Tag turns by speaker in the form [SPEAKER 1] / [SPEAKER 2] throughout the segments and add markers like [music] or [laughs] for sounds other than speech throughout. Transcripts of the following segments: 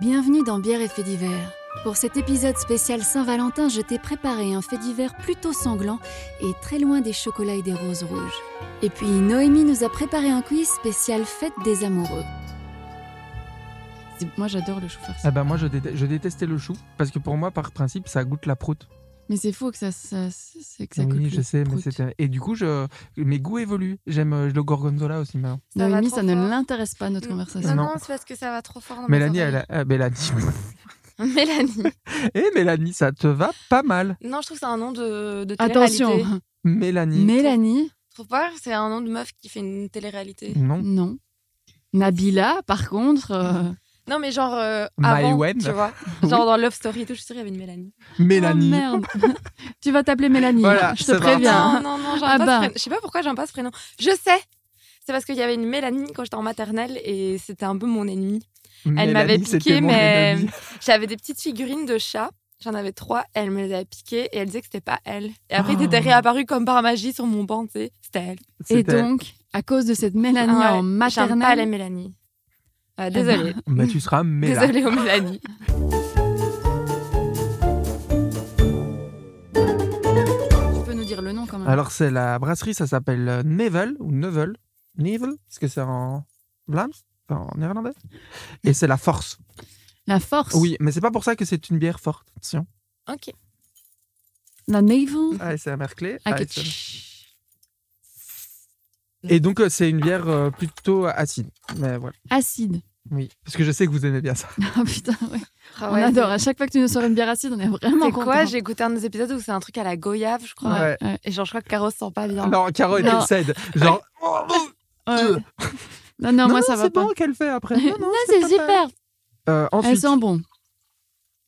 [SPEAKER 1] Bienvenue dans Bière et Faits divers. Pour cet épisode spécial Saint-Valentin, je t'ai préparé un fait divers plutôt sanglant et très loin des chocolats et des roses rouges. Et puis Noémie nous a préparé un quiz spécial Fête des amoureux.
[SPEAKER 2] C'est- Moi, j'adore le chou farci.
[SPEAKER 3] Ah bah moi je, déte- je détestais le chou parce que pour moi par principe ça goûte la proute.
[SPEAKER 2] Mais c'est faux que ça, ça- c'est que ça coûte
[SPEAKER 3] oui
[SPEAKER 2] le
[SPEAKER 3] je sais mais
[SPEAKER 2] prout.
[SPEAKER 3] c'était et du coup je mes goûts évoluent. J'aime euh, le gorgonzola aussi maintenant.
[SPEAKER 4] Ça va
[SPEAKER 2] Noémie,
[SPEAKER 4] trop
[SPEAKER 2] ça ne
[SPEAKER 4] fort.
[SPEAKER 2] l'intéresse pas notre
[SPEAKER 4] Non,
[SPEAKER 2] conversation.
[SPEAKER 4] Non,
[SPEAKER 3] Non.
[SPEAKER 4] non, c'est parce que ça va trop fort. dans mes
[SPEAKER 3] Mélanie
[SPEAKER 4] oreilles.
[SPEAKER 3] elle a- ah, Mélanie.
[SPEAKER 2] [laughs]
[SPEAKER 4] Mélanie.
[SPEAKER 3] [laughs] Eh Mélanie ça te va pas mal.
[SPEAKER 4] Non, je trouve que c'est un nom de, de télé-réalité.
[SPEAKER 2] Attention,
[SPEAKER 3] Mélanie.
[SPEAKER 2] Mélanie,
[SPEAKER 4] Tu trouves pas que C'est un nom de meuf qui fait une télé-réalité.
[SPEAKER 3] Non.
[SPEAKER 2] non. Nabila, par contre, euh,
[SPEAKER 4] Non, mais genre euh, avant,
[SPEAKER 3] Maïwenn.
[SPEAKER 4] tu
[SPEAKER 3] [laughs]
[SPEAKER 4] vois. Genre dans Love Story et tout, je suis sûre qu'il y avait une Mélanie.
[SPEAKER 2] oh
[SPEAKER 1] [laughs]
[SPEAKER 3] Mélanie.
[SPEAKER 2] merde. tu vas t'appeler Mélanie,
[SPEAKER 3] Voilà,
[SPEAKER 2] je
[SPEAKER 3] ça
[SPEAKER 2] te
[SPEAKER 3] va.
[SPEAKER 2] préviens.
[SPEAKER 4] Non, non, non, j'aime
[SPEAKER 2] Ah
[SPEAKER 4] pas ce
[SPEAKER 2] bah.
[SPEAKER 4] prénom. Je sais pas pourquoi j'aime pas ce prénom. Je sais C'est parce qu'il y avait une Mélanie quand j'étais en maternelle et c'était un peu mon ennemi.
[SPEAKER 3] Mélanie,
[SPEAKER 4] m'avait
[SPEAKER 3] c'était
[SPEAKER 4] piqué,
[SPEAKER 3] mon
[SPEAKER 4] mais-
[SPEAKER 2] [laughs]
[SPEAKER 3] ennemi.
[SPEAKER 4] J'avais des petites figurines de chats. J'en avais trois, elle me les avait piquées et elle disait que c'était pas elle. Et après,
[SPEAKER 3] Oh.
[SPEAKER 4] ils étaient réapparus comme par magie sur mon banc, tu sais. C'était elle.
[SPEAKER 2] Et
[SPEAKER 3] C'était-
[SPEAKER 2] donc, à cause de cette Mélanie
[SPEAKER 4] Ah ouais,
[SPEAKER 2] en
[SPEAKER 4] J'aime pas les
[SPEAKER 2] maternelle,
[SPEAKER 4] Mélanie. Euh, désolée.
[SPEAKER 3] Bah, tu
[SPEAKER 2] [laughs]
[SPEAKER 3] seras Mélanie.
[SPEAKER 4] Désolée aux Mélanie.
[SPEAKER 2] tu peux nous dire le nom quand même.
[SPEAKER 3] Alors c'est la brasserie ça s'appelle euh, Nevel ou Nevel. Nevel est-ce que c'est en Vlaams Enfin, en néerlandais Et c'est la force.
[SPEAKER 2] La force,
[SPEAKER 3] Oui, mais c'est pas pour ça que c'est une bière forte. Attention.
[SPEAKER 4] Ok.
[SPEAKER 2] la navel,
[SPEAKER 3] Ah, et c'est à Merclé.
[SPEAKER 2] Ah,
[SPEAKER 3] Ah, et
[SPEAKER 2] que-
[SPEAKER 3] c'est-
[SPEAKER 2] Mm.
[SPEAKER 3] Et donc, euh, c'est une bière euh, plutôt acide. Mais voilà.
[SPEAKER 2] acide. [laughs]
[SPEAKER 3] Oui. Parce que je sais que vous aimez bien ça.
[SPEAKER 2] Ah putain, ouais.
[SPEAKER 4] Ah
[SPEAKER 2] on
[SPEAKER 4] ouais,
[SPEAKER 2] adore. À chaque fois que tu nous sors une bière acide, on est vraiment
[SPEAKER 4] C'est
[SPEAKER 2] contents.
[SPEAKER 4] quoi J'ai écouté un des épisodes où c'est un truc à la goyave, je crois.
[SPEAKER 3] Ouais.
[SPEAKER 2] ouais.
[SPEAKER 4] Et genre, je crois que Caro se sent pas bien.
[SPEAKER 3] Non, Caro, elle
[SPEAKER 2] Non.
[SPEAKER 3] cède. Genre. oh, oh,
[SPEAKER 2] Ouais.
[SPEAKER 3] euh.
[SPEAKER 2] Non, non, moi ça va
[SPEAKER 3] c'est
[SPEAKER 2] pas.
[SPEAKER 3] bon qu'elle
[SPEAKER 2] [laughs]
[SPEAKER 3] fait après. Non, non,
[SPEAKER 2] c'est
[SPEAKER 3] pas mal.
[SPEAKER 2] super.
[SPEAKER 3] Euh,
[SPEAKER 2] Elle
[SPEAKER 3] ensuite,
[SPEAKER 2] sent bon.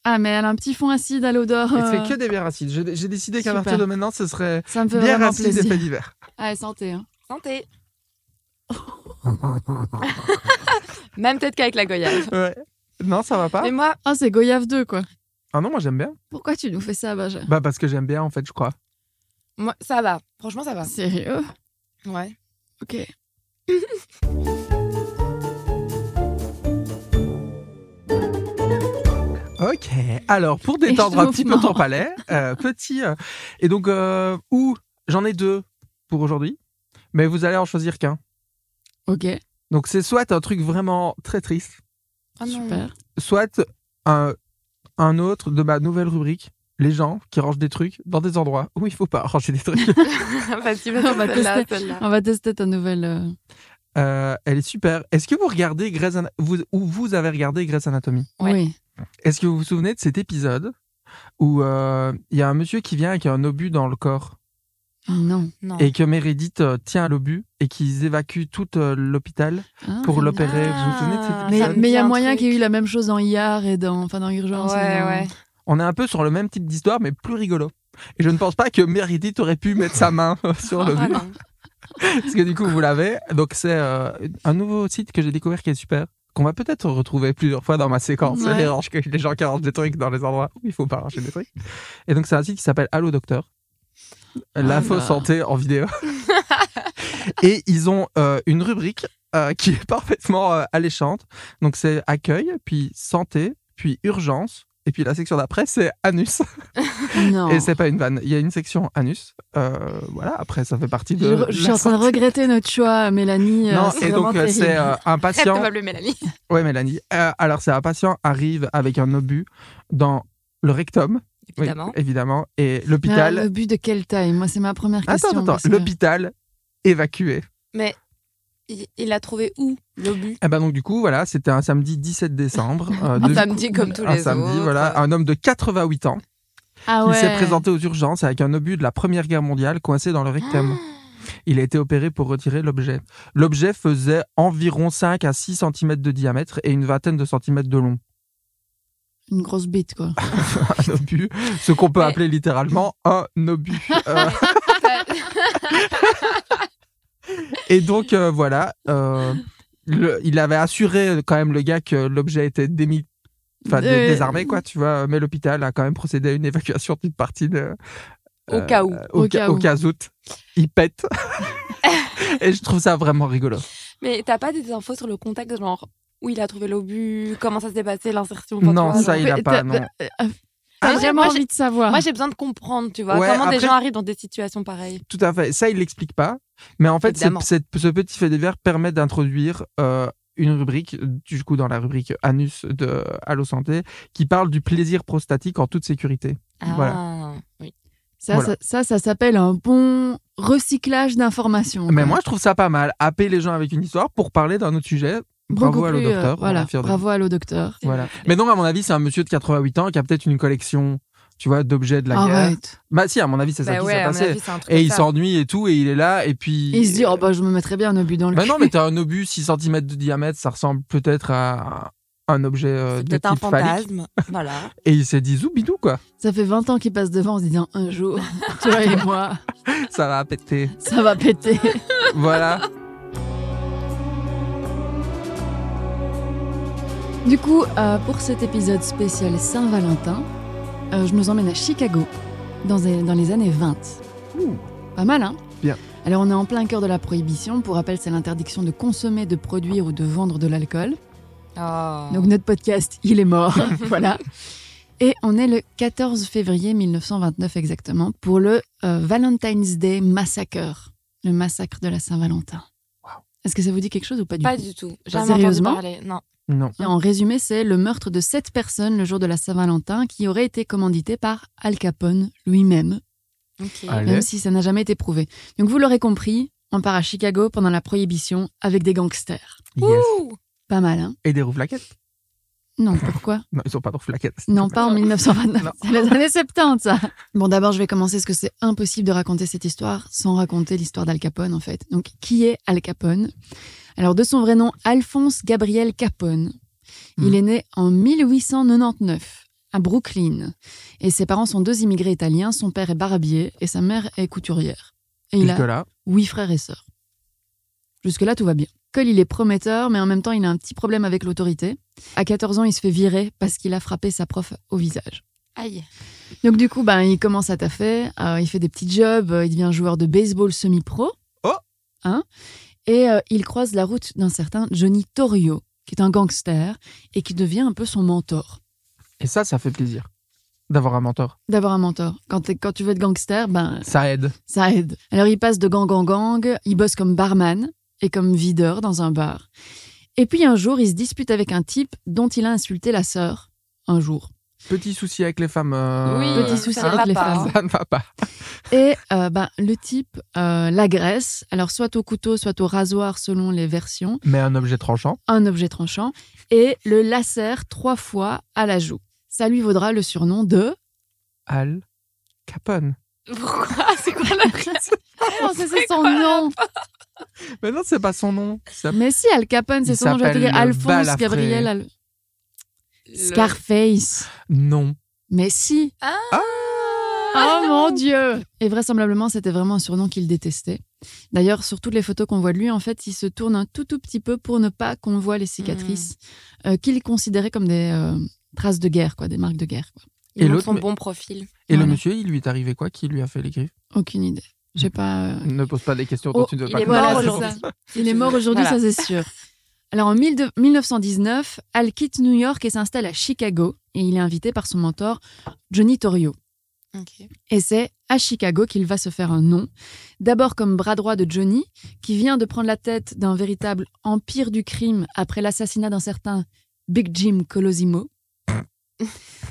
[SPEAKER 2] Ah, mais elle a un petit fond acide à l'odeur.
[SPEAKER 3] elle
[SPEAKER 2] euh,
[SPEAKER 3] fait que des bières acides. J'ai j'ai décidé qu'à
[SPEAKER 2] Super.
[SPEAKER 3] partir de maintenant, ce serait
[SPEAKER 2] Ça me fait
[SPEAKER 3] bière
[SPEAKER 2] vraiment
[SPEAKER 3] acide et
[SPEAKER 2] plaisir. [laughs]
[SPEAKER 3] faits divers.
[SPEAKER 2] Ah, santé. hein.
[SPEAKER 4] Santé [laughs] Même peut-être qu'avec la goyave.
[SPEAKER 3] Ouais. Non, ça va pas.
[SPEAKER 4] Mais moi,
[SPEAKER 2] Ah, c'est Goyave 2, quoi.
[SPEAKER 3] Ah non, moi j'aime bien.
[SPEAKER 2] Pourquoi tu nous fais ça, Baja
[SPEAKER 3] Bah parce que j'aime bien en fait, je crois.
[SPEAKER 4] moi, ça va. Franchement, ça va.
[SPEAKER 2] Sérieux
[SPEAKER 4] Ouais.
[SPEAKER 2] Ok.
[SPEAKER 3] Ok. Alors pour détendre un petit peu
[SPEAKER 2] Échauffement.
[SPEAKER 3] ton palais, euh, petit. euh, et donc euh, où j'en ai deux pour aujourd'hui, mais vous allez en choisir qu'un.
[SPEAKER 2] Ok,
[SPEAKER 4] Ah
[SPEAKER 3] Donc c'est soit un truc vraiment très triste,
[SPEAKER 4] Oh non. [laughs]
[SPEAKER 2] super.
[SPEAKER 3] soit un, un autre de ma nouvelle rubrique, les gens qui rangent des trucs dans des endroits où il faut pas ranger des trucs.
[SPEAKER 2] [laughs]
[SPEAKER 4] Vas-y,
[SPEAKER 2] On va
[SPEAKER 4] vas-y, celle-là,
[SPEAKER 2] tester.
[SPEAKER 4] celle-là.
[SPEAKER 2] On va tester ta nouvelle. euh,
[SPEAKER 3] Euh, elle est super. Est-ce que vous regardez Grey's Ana- vous, ou vous avez regardé Grey's Anatomy
[SPEAKER 4] Ouais.
[SPEAKER 2] Oui.
[SPEAKER 3] Est-ce que vous vous souvenez de cet épisode où euh, il y a un monsieur qui vient avec un obus dans le corps
[SPEAKER 2] Oh, non.
[SPEAKER 4] Non.
[SPEAKER 3] et que Meredith euh, tient à l'obus et qu'ils évacuent tout euh, l'hôpital
[SPEAKER 2] Ah,
[SPEAKER 3] pour
[SPEAKER 2] c'est
[SPEAKER 3] l'opérer Vous vous souvenez de cet
[SPEAKER 4] Ah,
[SPEAKER 2] bien. Mais
[SPEAKER 3] épisode
[SPEAKER 4] ça me
[SPEAKER 2] mais il y a
[SPEAKER 4] dit un
[SPEAKER 2] moyen
[SPEAKER 4] truc.
[SPEAKER 2] qu'il y ait eu la même chose dans IR et dans, enfin, dans Urgence. et
[SPEAKER 4] Ouais,
[SPEAKER 2] dans-
[SPEAKER 4] ouais.
[SPEAKER 3] On est un peu sur le même type d'histoire, mais plus rigolo. Et je ne pense pas que Meredith aurait pu mettre sa main euh,
[SPEAKER 4] [laughs]
[SPEAKER 3] sur le
[SPEAKER 4] Ah
[SPEAKER 3] but,
[SPEAKER 4] non.
[SPEAKER 3] parce que du coup, vous l'avez. Donc, c'est euh, un nouveau site que j'ai découvert qui est super, qu'on va peut-être retrouver plusieurs fois dans ma séquence.
[SPEAKER 2] Ouais.
[SPEAKER 3] [laughs] Les, gens qui- les gens qui rangent des trucs dans les endroits où il faut pas ranger des trucs. Et donc, c'est un site qui s'appelle Allo Docteur.
[SPEAKER 2] Ah
[SPEAKER 3] L'info
[SPEAKER 2] bah.
[SPEAKER 3] santé
[SPEAKER 2] [laughs]
[SPEAKER 3] en vidéo. Et ils ont euh, une rubrique euh, qui est parfaitement euh, alléchante. Donc, c'est accueil, puis santé, puis urgence. Et puis la section d'après, c'est anus.
[SPEAKER 2] [laughs] Non.
[SPEAKER 3] Et c'est pas une vanne. Il y a une section anus. Euh, voilà, après, ça fait partie de.
[SPEAKER 2] Je, je suis en train de
[SPEAKER 3] la-
[SPEAKER 2] regretter notre choix, Mélanie. euh,
[SPEAKER 3] Non,
[SPEAKER 2] c'est
[SPEAKER 3] et donc,
[SPEAKER 2] vraiment
[SPEAKER 3] euh,
[SPEAKER 2] terrible.
[SPEAKER 3] c'est euh, un
[SPEAKER 4] Très
[SPEAKER 3] patient.
[SPEAKER 4] probable, Mélanie.
[SPEAKER 3] Ouais, Mélanie. Euh, alors, c'est un patient arrive avec un obus dans le rectum. Oui,
[SPEAKER 4] Évidemment.
[SPEAKER 3] évidemment. Et
[SPEAKER 2] Mais
[SPEAKER 3] l'hôpital.
[SPEAKER 2] alors, Ah, Le but de quelle taille Moi, c'est ma première question.
[SPEAKER 3] Attends, attends.
[SPEAKER 2] parce que-
[SPEAKER 3] L'hôpital évacué.
[SPEAKER 4] Il il l'a trouvé où, l'obus
[SPEAKER 3] Et ben donc, du coup, voilà, c'était un samedi 17 décembre. euh,
[SPEAKER 4] Un
[SPEAKER 3] de-
[SPEAKER 4] [laughs] samedi comme tous les
[SPEAKER 3] un
[SPEAKER 4] autres.
[SPEAKER 3] samedi, voilà. Un homme de 88 ans.
[SPEAKER 2] Ah
[SPEAKER 3] Il
[SPEAKER 2] ouais.
[SPEAKER 3] s'est présenté aux urgences avec un obus de la Première Guerre mondiale coincé dans le rectum.
[SPEAKER 4] Ah.
[SPEAKER 3] Il a été opéré pour retirer l'objet. L'objet faisait environ 5 à 6 cm de diamètre et une vingtaine de centimètres de long.
[SPEAKER 2] Une grosse bite, quoi.
[SPEAKER 3] Un obus, ce qu'on peut
[SPEAKER 4] Mais-
[SPEAKER 3] appeler littéralement un obus. Euh, et donc euh, voilà, euh, le- il avait assuré quand même le gars que l'objet était démi... enfin, dé-
[SPEAKER 2] Euh,
[SPEAKER 3] désarmé, quoi, tu vois. Mais l'hôpital a quand même procédé à une évacuation d'une partie de... Euh,
[SPEAKER 4] Au cas où.
[SPEAKER 3] Au,
[SPEAKER 2] Au
[SPEAKER 3] ca-
[SPEAKER 2] cas
[SPEAKER 3] au
[SPEAKER 2] où.
[SPEAKER 3] cas où.
[SPEAKER 2] [laughs]
[SPEAKER 3] Il pète. et je trouve ça vraiment rigolo.
[SPEAKER 4] Mais t'as pas des infos sur le contexte, genre où il a trouvé l'obus, comment ça s'est passé, l'insertion. enfin, tu
[SPEAKER 3] Non,
[SPEAKER 4] vois,
[SPEAKER 3] Ah, ça,
[SPEAKER 4] genre.
[SPEAKER 3] il a
[SPEAKER 2] Mais
[SPEAKER 3] pas.
[SPEAKER 2] t'as-
[SPEAKER 3] Non.
[SPEAKER 2] euh, euh,
[SPEAKER 4] Ah
[SPEAKER 2] J'ai
[SPEAKER 4] ouais,
[SPEAKER 2] vraiment
[SPEAKER 4] moi, j'ai-
[SPEAKER 2] envie de savoir.
[SPEAKER 4] Moi, j'ai besoin de comprendre, tu vois,
[SPEAKER 3] Ouais,
[SPEAKER 4] comment des
[SPEAKER 3] après-
[SPEAKER 4] gens arrivent dans des situations pareilles.
[SPEAKER 3] Tout à fait. Ça, il l'explique pas. Mais en fait, c'est-
[SPEAKER 4] Évidemment.
[SPEAKER 3] cette- ce petit fait divers permet d'introduire euh, une rubrique, du coup, dans la rubrique Anus de Allo Santé, qui parle du plaisir prostatique en toute sécurité. Voilà.
[SPEAKER 4] Ah, oui.
[SPEAKER 2] ça,
[SPEAKER 3] voilà.
[SPEAKER 2] ça, ça, ça s'appelle un bon recyclage d'informations.
[SPEAKER 3] Mais
[SPEAKER 2] quoi.
[SPEAKER 3] moi, je trouve ça pas mal. Happer les gens avec une histoire pour parler d'un autre sujet. Bravo
[SPEAKER 2] Beaucoup
[SPEAKER 3] à l'eau
[SPEAKER 2] plus, euh,
[SPEAKER 3] docteur. on est
[SPEAKER 2] voilà,
[SPEAKER 3] fiers de vous.
[SPEAKER 2] bravo à l'eau docteur.
[SPEAKER 3] Voilà. Mais donc, à mon avis, c'est un monsieur de 88 ans qui a peut-être une collection, tu vois, d'objets de la guerre.
[SPEAKER 2] Arrête.
[SPEAKER 3] Bah si, à mon avis, c'est ça
[SPEAKER 4] Ah Bah
[SPEAKER 3] qui
[SPEAKER 4] ouais,
[SPEAKER 3] s'est
[SPEAKER 4] à mon
[SPEAKER 3] passé.
[SPEAKER 4] avis, c'est un truc
[SPEAKER 3] et
[SPEAKER 4] comme
[SPEAKER 3] il
[SPEAKER 4] ça.
[SPEAKER 3] s'ennuie et tout, et il est là, et puis...
[SPEAKER 2] Il se dit, oh bah, je me mettrais bien un obus dans le
[SPEAKER 3] Bah
[SPEAKER 2] cul.
[SPEAKER 3] non, mais t'as un obus 6 cm de diamètre, ça ressemble peut-être à un- un objet euh,
[SPEAKER 4] C'est
[SPEAKER 3] de
[SPEAKER 4] peut-être un
[SPEAKER 3] type phallique.
[SPEAKER 4] fantasme. voilà.
[SPEAKER 3] Et il s'est dit zoubidou, quoi.
[SPEAKER 2] Ça fait 20 ans qu'il passe devant en se disant, un jour, toi et moi,
[SPEAKER 3] Ça va péter.
[SPEAKER 4] [laughs]
[SPEAKER 2] ça va péter.
[SPEAKER 3] voilà.
[SPEAKER 2] [laughs] Du coup, euh, pour cet épisode spécial Saint-Valentin, euh, je nous emmène à Chicago, dans, les- dans les années 20.
[SPEAKER 3] Ouh.
[SPEAKER 2] Pas mal, hein
[SPEAKER 3] Bien.
[SPEAKER 2] Alors, on est en plein cœur de la prohibition. Pour rappel, c'est l'interdiction de consommer, de produire ou de vendre de l'alcool.
[SPEAKER 4] Oh.
[SPEAKER 2] Donc, notre podcast, il est
[SPEAKER 4] [laughs]
[SPEAKER 2] mort. voilà. Et on est le 14 février 1929 exactement pour le euh, Valentine's Day Massacre, le massacre de la Saint-Valentin. Est-ce que ça vous dit quelque chose ou pas du
[SPEAKER 4] pas
[SPEAKER 2] tout
[SPEAKER 4] du tout.
[SPEAKER 2] Bah,
[SPEAKER 4] Jamais entendu
[SPEAKER 2] sérieusement
[SPEAKER 4] parler. Non.
[SPEAKER 3] Non.
[SPEAKER 2] Et En résumé, c'est le meurtre de sept personnes le jour de la Saint-Valentin qui aurait été commandité par Al Capone lui-même,
[SPEAKER 4] Ok.
[SPEAKER 3] Allez.
[SPEAKER 2] même si ça n'a jamais été prouvé. Donc vous l'aurez compris, on part à Chicago pendant la Prohibition avec des gangsters.
[SPEAKER 3] Yes.
[SPEAKER 4] Ouh.
[SPEAKER 2] Pas mal, hein
[SPEAKER 3] Et des roues flaquettes.
[SPEAKER 2] Non, pourquoi
[SPEAKER 3] Non, ils ont pas de roues flaquettes.
[SPEAKER 2] Non, pas en 1929.
[SPEAKER 3] Non.
[SPEAKER 2] C'est les années 70, ça. Bon, d'abord, je vais commencer parce que c'est impossible de raconter cette histoire sans raconter l'histoire d'Al Capone, en fait. Donc, qui est Al Capone Alors, de son vrai nom, Alphonse Gabriel Capone. Il
[SPEAKER 3] Mhm.
[SPEAKER 2] est né en 1899 à Brooklyn. Et ses parents sont deux immigrés italiens. Son père est barbier et sa mère est couturière. Et il a
[SPEAKER 3] Jusque-là.
[SPEAKER 2] huit frères et sœurs. Jusque-là, tout va bien. Cole, il est prometteur, mais en même temps, il a un petit problème avec l'autorité. À 14 ans, il se fait virer parce qu'il a frappé sa prof au visage.
[SPEAKER 4] Aïe.
[SPEAKER 2] Donc, du coup, ben, il commence à taffer, euh, il fait des petits jobs, euh, il devient joueur de baseball semi-pro.
[SPEAKER 3] Oh
[SPEAKER 2] Hein Et euh, il croise la route d'un certain Johnny Torrio, qui est un gangster et qui devient un peu son mentor.
[SPEAKER 3] Et ça, ça fait plaisir d'avoir un mentor.
[SPEAKER 2] D'avoir un mentor. Quand, t'es- quand tu veux être gangster, ben,
[SPEAKER 3] Ça aide.
[SPEAKER 2] Ça aide. Alors il passe de gang en gang, il bosse comme barman et comme videur dans un bar. Et puis un jour, il se dispute avec un type dont il a insulté la sœur. Un jour.
[SPEAKER 3] Petit souci avec les femmes. euh,
[SPEAKER 4] Oui,
[SPEAKER 2] Petit souci
[SPEAKER 4] ça
[SPEAKER 2] avec
[SPEAKER 4] va
[SPEAKER 2] les
[SPEAKER 4] pas,
[SPEAKER 2] femmes.
[SPEAKER 4] hein.
[SPEAKER 3] Ça ne va pas.
[SPEAKER 2] Et euh, ben, le type euh, l'agresse, alors soit au couteau, soit au rasoir selon les versions,
[SPEAKER 3] Mais un objet tranchant.
[SPEAKER 2] un objet tranchant, et le lacère trois fois à la joue. Ça lui vaudra le surnom de...
[SPEAKER 3] Al Capone.
[SPEAKER 4] [laughs] Pourquoi C'est quoi la
[SPEAKER 2] [laughs] Non, Oh, c'est c'est son
[SPEAKER 4] quoi, là
[SPEAKER 2] nom
[SPEAKER 3] Mais non, c'est pas son nom. Ça-
[SPEAKER 2] Mais si, Al Capone, c'est
[SPEAKER 3] Il
[SPEAKER 2] son nom, je vais te
[SPEAKER 3] s'appelle
[SPEAKER 2] dire
[SPEAKER 3] le
[SPEAKER 2] Alphonse
[SPEAKER 3] Balafré.
[SPEAKER 2] Gabriel Al-
[SPEAKER 4] [laughs] Scarf.
[SPEAKER 2] Scarface.
[SPEAKER 3] Non.
[SPEAKER 2] Mais si Oh mon dieu Et vraisemblablement, c'était vraiment un surnom qu'il détestait. D'ailleurs, sur toutes les photos qu'on voit de lui, en fait, il se tourne un tout tout petit peu pour ne pas qu'on voit les cicatrices euh, qu'il considérait comme des euh, traces de guerre, quoi, des marques de guerre. quoi.
[SPEAKER 4] Ils
[SPEAKER 3] Et
[SPEAKER 4] montrent
[SPEAKER 3] l'autre,
[SPEAKER 4] son
[SPEAKER 3] mais-
[SPEAKER 4] bon profil.
[SPEAKER 3] Et le
[SPEAKER 2] Voilà.
[SPEAKER 3] monsieur, il lui est arrivé quoi Qui lui a fait les griffes
[SPEAKER 2] Aucune idée. J'ai pas. euh,
[SPEAKER 3] Ne pose pas des questions dont
[SPEAKER 2] Oh,
[SPEAKER 3] tu ne veux
[SPEAKER 4] il
[SPEAKER 3] pas
[SPEAKER 4] est
[SPEAKER 2] voilà,
[SPEAKER 4] mort
[SPEAKER 2] c'est
[SPEAKER 4] aujourd'hui.
[SPEAKER 2] ça. Il est mort aujourd'hui, ça
[SPEAKER 4] Voilà.
[SPEAKER 2] c'est sûr. Alors en 12- 1919, Al quitte New York et s'installe à Chicago. Et il est invité par son mentor, Johnny Torrio.
[SPEAKER 4] Ok.
[SPEAKER 2] Et c'est à Chicago qu'il va se faire un nom. D'abord comme bras droit de Johnny, qui vient de prendre la tête d'un véritable empire du crime après l'assassinat d'un certain Big Jim Colosimo.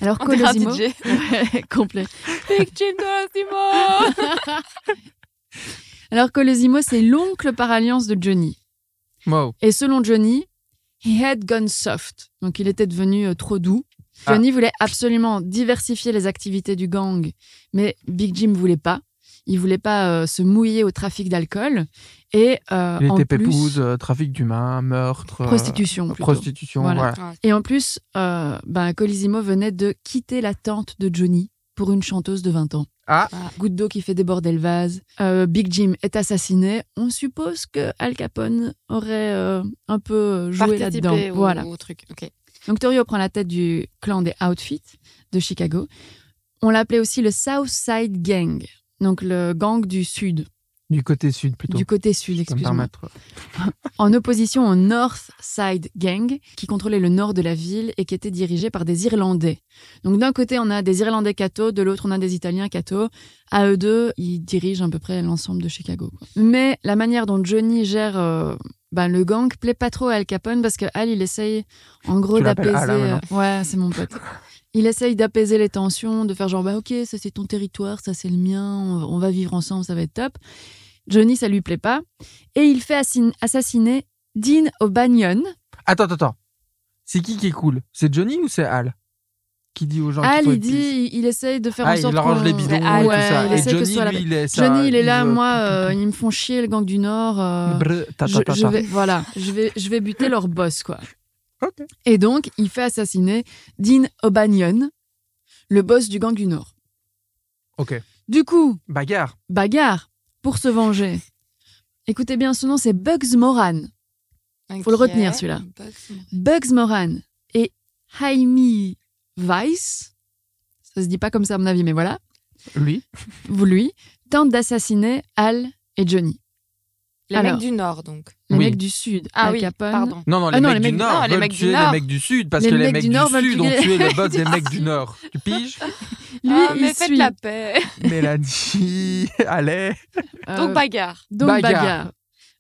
[SPEAKER 2] Alors
[SPEAKER 4] On dirait un
[SPEAKER 2] Colosimo,
[SPEAKER 4] DJ.
[SPEAKER 2] Ouais, [laughs] complet.
[SPEAKER 4] Big Jim Colosimo
[SPEAKER 2] Alors Colosimo, c'est l'oncle par alliance de Johnny.
[SPEAKER 3] Wow.
[SPEAKER 2] Et selon Johnny, he had gone soft, donc il était devenu euh, trop doux.
[SPEAKER 3] Ah.
[SPEAKER 2] Johnny voulait absolument diversifier les activités du gang, mais Big Jim voulait pas. Il voulait pas euh, se mouiller au trafic d'alcool et euh,
[SPEAKER 3] Il
[SPEAKER 2] en
[SPEAKER 3] était
[SPEAKER 2] plus
[SPEAKER 3] pépouze, euh, trafic d'humains, meurtre. euh,
[SPEAKER 2] prostitution. plutôt.
[SPEAKER 3] Prostitution,
[SPEAKER 2] Voilà.
[SPEAKER 3] voilà.
[SPEAKER 4] Ah,
[SPEAKER 2] Et en plus, euh, ben, Colissimo venait de quitter la tente de Johnny pour une chanteuse de 20 ans.
[SPEAKER 3] Ah.
[SPEAKER 4] Ah.
[SPEAKER 2] Goutte d'eau qui fait déborder le vase. Euh, Big Jim est assassiné. On suppose que Al Capone aurait euh, un peu euh, joué là-dedans.
[SPEAKER 4] Participer au,
[SPEAKER 2] Voilà.
[SPEAKER 4] au truc. Ok.
[SPEAKER 2] Donc Torrio prend la tête du clan des Outfits de Chicago. On l'appelait aussi le South Side Gang, donc le gang du Sud.
[SPEAKER 3] Du côté sud, plutôt.
[SPEAKER 2] du côté sud,
[SPEAKER 3] Je peux me
[SPEAKER 2] excuse-moi.
[SPEAKER 3] permettre.
[SPEAKER 2] En opposition au North Side Gang, qui contrôlait le nord de la ville et qui était dirigé par des Irlandais. Donc d'un côté, on a des Irlandais cathos, de l'autre, on a des Italiens cathos. À eux deux, ils dirigent à peu près l'ensemble de Chicago. quoi. Mais la manière dont Johnny gère euh, ben, le gang plaît pas trop à Al Capone parce que Al, il essaye en gros
[SPEAKER 3] Tu l'appelles
[SPEAKER 2] d'apaiser.
[SPEAKER 3] Al, hein,
[SPEAKER 2] euh, Ouais, c'est mon pote. Il essaye d'apaiser les tensions, de faire genre, bah ok, ça c'est ton territoire, ça c'est le mien, on va- on va vivre ensemble, ça va être top. Johnny, ça lui plaît pas. Et il fait assin- assassiner Dean O'Banion.
[SPEAKER 3] Attends, attends, attends. C'est qui qui est cool C'est Johnny ou c'est Al Qui dit aux gens qu'il
[SPEAKER 2] Al,
[SPEAKER 3] faut
[SPEAKER 2] il
[SPEAKER 3] être
[SPEAKER 2] dit,
[SPEAKER 3] police
[SPEAKER 2] il, il essaye de faire
[SPEAKER 3] Ah,
[SPEAKER 2] en
[SPEAKER 3] il
[SPEAKER 2] sorte
[SPEAKER 3] arrange
[SPEAKER 2] qu'on- Ah,
[SPEAKER 3] les bidons
[SPEAKER 4] Ouais,
[SPEAKER 3] et
[SPEAKER 4] Al,
[SPEAKER 3] tout
[SPEAKER 2] ouais,
[SPEAKER 3] ça.
[SPEAKER 2] il
[SPEAKER 3] Et
[SPEAKER 2] essaie que ce
[SPEAKER 3] Johnny,
[SPEAKER 2] soit la-
[SPEAKER 3] lui, il est ça.
[SPEAKER 2] Johnny, il est là,
[SPEAKER 3] veut- Bah,
[SPEAKER 2] moi, euh, ils me font chier, le gang du Nord. euh,
[SPEAKER 3] Brr, ta, ta,
[SPEAKER 2] je,
[SPEAKER 3] ta,
[SPEAKER 2] je
[SPEAKER 3] ta.
[SPEAKER 2] vais, voilà, je vais, je vais buter leur boss, quoi.
[SPEAKER 3] Ok.
[SPEAKER 2] Et donc, il fait assassiner Dean O'Banion, le boss du gang du Nord.
[SPEAKER 3] Ok.
[SPEAKER 2] Du coup,
[SPEAKER 3] Bagarre.
[SPEAKER 2] bagarre pour se venger. Écoutez bien, son nom, c'est Bugs Moran. Faut le retenir, celui-là. Bugs Moran et Jaime Weiss, ça se dit pas comme ça à mon avis, mais voilà,
[SPEAKER 3] Lui
[SPEAKER 2] vous lui, tentent d'assassiner Al et Johnny,
[SPEAKER 4] Les
[SPEAKER 2] Alors.
[SPEAKER 4] mecs du Nord, donc.
[SPEAKER 2] les
[SPEAKER 3] Oui.
[SPEAKER 2] mecs du Sud.
[SPEAKER 4] Ah
[SPEAKER 2] Al
[SPEAKER 4] oui,
[SPEAKER 2] Capone.
[SPEAKER 4] pardon.
[SPEAKER 3] Non, non, les
[SPEAKER 2] Ah non,
[SPEAKER 3] mecs
[SPEAKER 2] les
[SPEAKER 3] du
[SPEAKER 2] mecs-
[SPEAKER 3] Nord
[SPEAKER 4] non, les
[SPEAKER 3] veulent
[SPEAKER 4] mecs du
[SPEAKER 3] tuer les
[SPEAKER 4] Nord.
[SPEAKER 3] mecs du Sud parce
[SPEAKER 2] Les
[SPEAKER 3] que les
[SPEAKER 2] mecs
[SPEAKER 3] mecs
[SPEAKER 2] du
[SPEAKER 3] du
[SPEAKER 2] Nord veulent
[SPEAKER 3] Sud ont
[SPEAKER 2] tuer [laughs]
[SPEAKER 3] tué le boss des mecs du Nord. Tu piges
[SPEAKER 2] Lui,
[SPEAKER 4] ah, mais
[SPEAKER 2] il
[SPEAKER 4] faites
[SPEAKER 2] suit. [laughs]
[SPEAKER 4] la paix.
[SPEAKER 3] Mélanie, [laughs] allez
[SPEAKER 2] Euh,
[SPEAKER 4] Donc, bagarre.
[SPEAKER 2] donc
[SPEAKER 3] bagarre.
[SPEAKER 2] bagarre.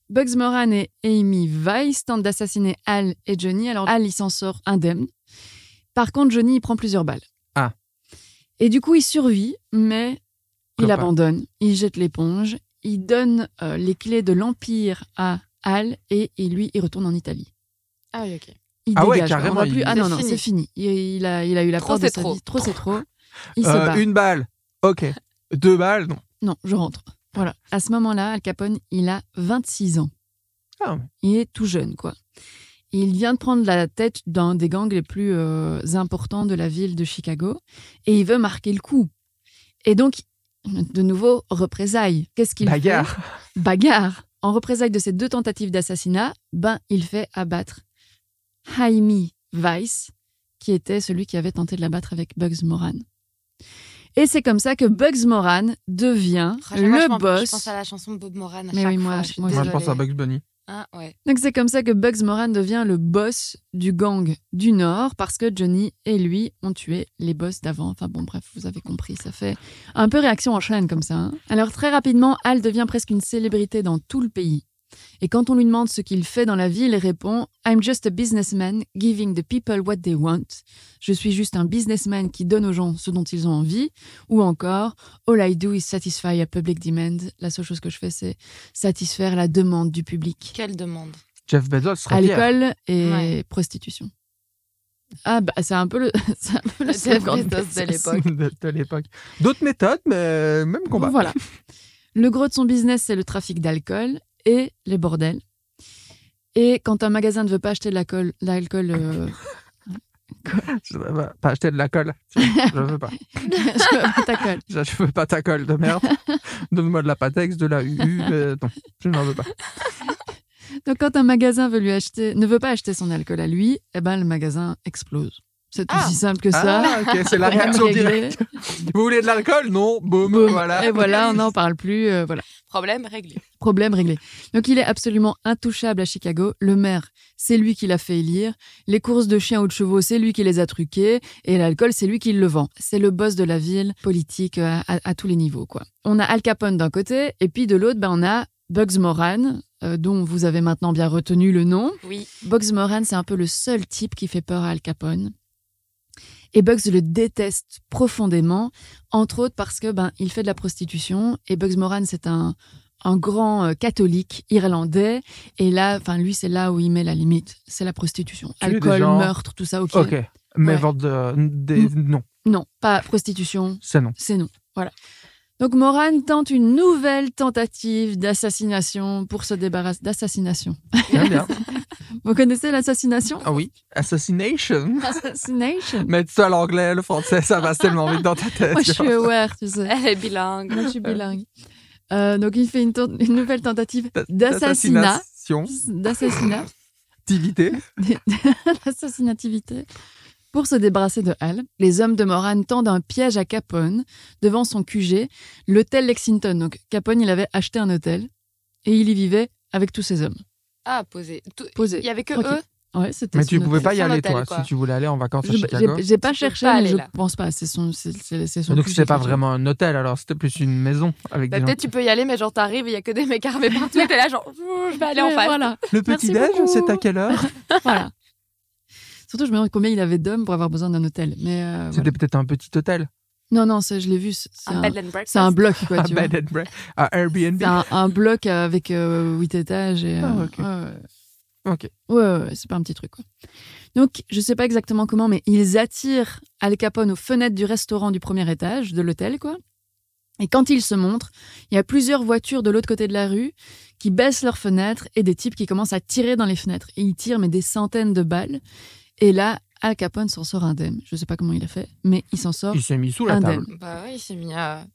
[SPEAKER 2] Bugs Moran et Amy Weiss tentent d'assassiner Al et Johnny. Alors Al, il s'en sort indemne. Par contre, Johnny, il prend plusieurs balles.
[SPEAKER 3] Ah.
[SPEAKER 2] Et du coup, il survit, mais Il
[SPEAKER 3] Clopin.
[SPEAKER 2] abandonne, il jette l'éponge, il donne euh, les clés de l'Empire à Al et, et lui, il retourne en Italie.
[SPEAKER 4] Ah oui, ok.
[SPEAKER 2] Il
[SPEAKER 3] Ah ouais,
[SPEAKER 2] dégage, quoi. On
[SPEAKER 3] carrément,
[SPEAKER 2] voit plus.
[SPEAKER 3] il-
[SPEAKER 2] Ah non,
[SPEAKER 4] C'est
[SPEAKER 2] non,
[SPEAKER 4] fini.
[SPEAKER 2] c'est fini. Il, il a, il a eu la
[SPEAKER 4] Trop,
[SPEAKER 2] peur de
[SPEAKER 4] c'est
[SPEAKER 2] sa
[SPEAKER 4] trop.
[SPEAKER 2] vie. Trop, c'est
[SPEAKER 3] [laughs]
[SPEAKER 2] trop. Il se
[SPEAKER 3] Euh,
[SPEAKER 2] bat.
[SPEAKER 3] Une balle, ok. Deux balles, non.
[SPEAKER 2] Non, je rentre. Voilà. À ce moment-là, Al Capone, il a 26 ans.
[SPEAKER 3] Ah.
[SPEAKER 2] Il est tout jeune, quoi. Il vient de prendre la tête d'un des gangs les plus euh, importants de la ville de Chicago et il veut marquer le coup. Et donc, de nouveau, représailles. Qu'est-ce qu'il fait
[SPEAKER 3] Bagarre.
[SPEAKER 2] bagarre. En représailles de ces deux tentatives d'assassinat, ben il fait abattre Jaime Weiss, qui était celui qui avait tenté de l'abattre avec Bugs Moran. Et c'est comme ça que Bugs Moran devient
[SPEAKER 4] Oh, j'avoue, je
[SPEAKER 2] le
[SPEAKER 4] pense-
[SPEAKER 2] boss.
[SPEAKER 4] Je pense à la chanson de Bob Moran. À
[SPEAKER 2] Mais
[SPEAKER 4] chaque
[SPEAKER 2] oui, moi,
[SPEAKER 4] fois, je suis
[SPEAKER 2] moi,
[SPEAKER 3] Moi, je
[SPEAKER 4] désolée.
[SPEAKER 3] pense à Bugs Bunny.
[SPEAKER 4] Ah, ouais.
[SPEAKER 2] Donc c'est comme ça que Bugs Moran devient le boss du gang du Nord parce que Johnny et lui ont tué les boss d'avant. Enfin bon, bref, vous avez compris, ça fait un peu réaction en chaîne comme ça. hein. Alors très rapidement, Al devient presque une célébrité dans tout le pays. Et quand on lui demande ce qu'il fait dans la vie, il répond I'm just a businessman giving the people what they want. Je suis juste un businessman qui donne aux gens ce dont ils ont envie. Ou encore All I do is satisfy a public demand. La seule chose que je fais, c'est satisfaire la demande du public
[SPEAKER 4] Quelle demande.
[SPEAKER 3] Jeff Bezos serait
[SPEAKER 2] à
[SPEAKER 3] fier. [laughs]
[SPEAKER 2] l'école et
[SPEAKER 4] Ouais.
[SPEAKER 2] prostitution. Ah bah c'est un peu le [laughs] c'est un peu le
[SPEAKER 4] Le
[SPEAKER 2] slogan de
[SPEAKER 4] Jeff Bezos de
[SPEAKER 2] Bezos.
[SPEAKER 4] l'époque.
[SPEAKER 3] de, de l'époque. D'autres méthodes, mais même [laughs] combat.
[SPEAKER 2] Voilà. Le gros de son business c'est le trafic d'alcool et les bordels. Et quand un magasin ne veut pas acheter de l'alcool, l'alcool
[SPEAKER 3] [laughs]
[SPEAKER 2] euh, [laughs]
[SPEAKER 3] Je ne veux pas acheter de la colle. Je veux pas.
[SPEAKER 2] je veux pas ta colle.
[SPEAKER 3] Je ne veux pas ta colle de
[SPEAKER 2] [laughs]
[SPEAKER 3] merde. Donne-moi de la Patex, de la UU. euh, non, je n'en veux pas.
[SPEAKER 2] Donc quand un magasin veut lui acheter, ne veut pas acheter son alcool à lui, eh ben le magasin explose. C'est
[SPEAKER 4] Ah.
[SPEAKER 2] aussi simple que ça.
[SPEAKER 3] Ah, ok, c'est la
[SPEAKER 2] Rien de
[SPEAKER 3] réaction
[SPEAKER 2] réglé.
[SPEAKER 3] directe. Vous voulez de l'alcool Non, boum,
[SPEAKER 2] Boum.
[SPEAKER 3] voilà.
[SPEAKER 2] Et voilà, on n'en parle plus. euh, voilà.
[SPEAKER 4] Problème réglé.
[SPEAKER 2] Problème réglé. Donc il est absolument intouchable à Chicago. Le maire, c'est lui qui l'a fait élire. Les courses de chiens ou de chevaux, c'est lui qui les a truquées. Et l'alcool, c'est lui qui le vend. C'est le boss de la ville, politique euh, à, à tous les niveaux. quoi. On a Al Capone d'un côté, et puis de l'autre, ben, on a Bugs Moran, euh, dont vous avez maintenant bien retenu le nom.
[SPEAKER 4] Oui. [laughs]
[SPEAKER 2] Bugs Moran, c'est un peu le seul type qui fait peur à Al Capone. Et Bugs le déteste profondément, entre autres parce que ben il fait de la prostitution et Bugs Moran c'est un un grand euh, catholique irlandais et là enfin lui c'est là où il met la limite, c'est la prostitution,
[SPEAKER 3] Tuer des
[SPEAKER 2] alcool,
[SPEAKER 3] gens.
[SPEAKER 2] meurtre, tout ça OK.
[SPEAKER 3] Ok. Mais
[SPEAKER 2] Ouais. Mm.
[SPEAKER 3] vendre de- des. Non,
[SPEAKER 2] Non, pas prostitution,
[SPEAKER 3] c'est non.
[SPEAKER 2] c'est non. Voilà. Donc Moran tente une nouvelle tentative d'assassination pour se débarrasser d'assassination.
[SPEAKER 3] Bien, bien.
[SPEAKER 2] Vous connaissez
[SPEAKER 3] [laughs]
[SPEAKER 2] l'assassination
[SPEAKER 3] Ah oui. Assassination.
[SPEAKER 2] Assassination.
[SPEAKER 3] Mettre ça l'anglais, le français, ça passe tellement vite dans ta tête.
[SPEAKER 2] Moi je suis aware, tu sais.
[SPEAKER 4] Elle est bilingue.
[SPEAKER 2] Moi, je suis bilingue. Euh, donc, il fait une, tent- une nouvelle tentative
[SPEAKER 3] D'a-
[SPEAKER 2] d'assassinat. [laughs]
[SPEAKER 3] d'assassination,
[SPEAKER 2] D'assassinat.
[SPEAKER 3] activité.
[SPEAKER 2] D'assassinativité. Pour se débarrasser de Hal, les hommes de Moran tendent un piège à Capone devant son QG, l'hôtel Lexington. Donc Capone, il avait acheté un hôtel et il y vivait avec tous ses hommes.
[SPEAKER 4] Ah, posé. Tout-
[SPEAKER 2] Posé.
[SPEAKER 4] Il y avait que
[SPEAKER 2] Tranquille.
[SPEAKER 4] eux. Bah,
[SPEAKER 2] Ouais, c'était
[SPEAKER 3] Mais
[SPEAKER 2] son
[SPEAKER 3] tu pouvais
[SPEAKER 2] hôtel.
[SPEAKER 4] hôtel.
[SPEAKER 3] pas y
[SPEAKER 4] Son
[SPEAKER 3] aller,
[SPEAKER 4] hôtel,
[SPEAKER 3] toi,
[SPEAKER 4] quoi.
[SPEAKER 3] si tu voulais aller en vacances à
[SPEAKER 2] J'ai-
[SPEAKER 3] Chicago.
[SPEAKER 2] J'ai j'ai pas
[SPEAKER 4] Tu peux
[SPEAKER 2] cherché,
[SPEAKER 4] pas
[SPEAKER 2] mais
[SPEAKER 4] aller
[SPEAKER 2] je
[SPEAKER 4] là.
[SPEAKER 2] pense pas. C'est son, c'est- c'est- c'est son
[SPEAKER 3] Donc
[SPEAKER 2] QG
[SPEAKER 3] c'était pas
[SPEAKER 2] qui-
[SPEAKER 3] vraiment un hôtel, alors c'était plus une maison avec
[SPEAKER 4] Bah,
[SPEAKER 3] des gens.
[SPEAKER 4] peut-être tu peux y aller, mais genre t'arrives et il y a que des mecs armés partout. T'es là, genre, [laughs] Ouh, je vais aller en
[SPEAKER 2] Ouais,
[SPEAKER 4] face.
[SPEAKER 2] Voilà.
[SPEAKER 3] Le
[SPEAKER 2] Merci
[SPEAKER 3] petit déj,
[SPEAKER 2] beaucoup.
[SPEAKER 3] c'est à quelle heure
[SPEAKER 2] voilà. Surtout, je me demande combien il avait d'hommes pour avoir besoin d'un hôtel. Mais euh,
[SPEAKER 3] C'était peut-être un petit hôtel,
[SPEAKER 2] voilà. Non, non, c'est- je l'ai vu. c'est- C'est
[SPEAKER 4] Un
[SPEAKER 2] un,
[SPEAKER 4] bed and breakfast.
[SPEAKER 2] c'est un bloc, quoi.
[SPEAKER 3] un
[SPEAKER 2] tu vois.
[SPEAKER 3] bed and break- un Ben Airbnb.
[SPEAKER 2] C'est un, un bloc avec 8 étages. Et,
[SPEAKER 3] Ah,
[SPEAKER 2] euh,
[SPEAKER 3] ok.
[SPEAKER 2] ouais, ouais.
[SPEAKER 3] Ok.
[SPEAKER 2] Ouais, ouais, ouais, c'est pas un petit truc. Quoi. Donc, je sais pas exactement comment, mais ils attirent Al Capone aux fenêtres du restaurant du premier étage, de l'hôtel, quoi. Et quand ils se montrent, il y a plusieurs voitures de l'autre côté de la rue qui baissent leurs fenêtres et des types qui commencent à tirer dans les fenêtres. Et ils tirent, mais des centaines de balles. Et là, Al Capone s'en sort indemne. Je sais pas comment il a fait, mais il s'en sort
[SPEAKER 3] Il s'est mis sous la
[SPEAKER 2] indemne.
[SPEAKER 3] table.
[SPEAKER 4] Bah ouais, il s'est mis à.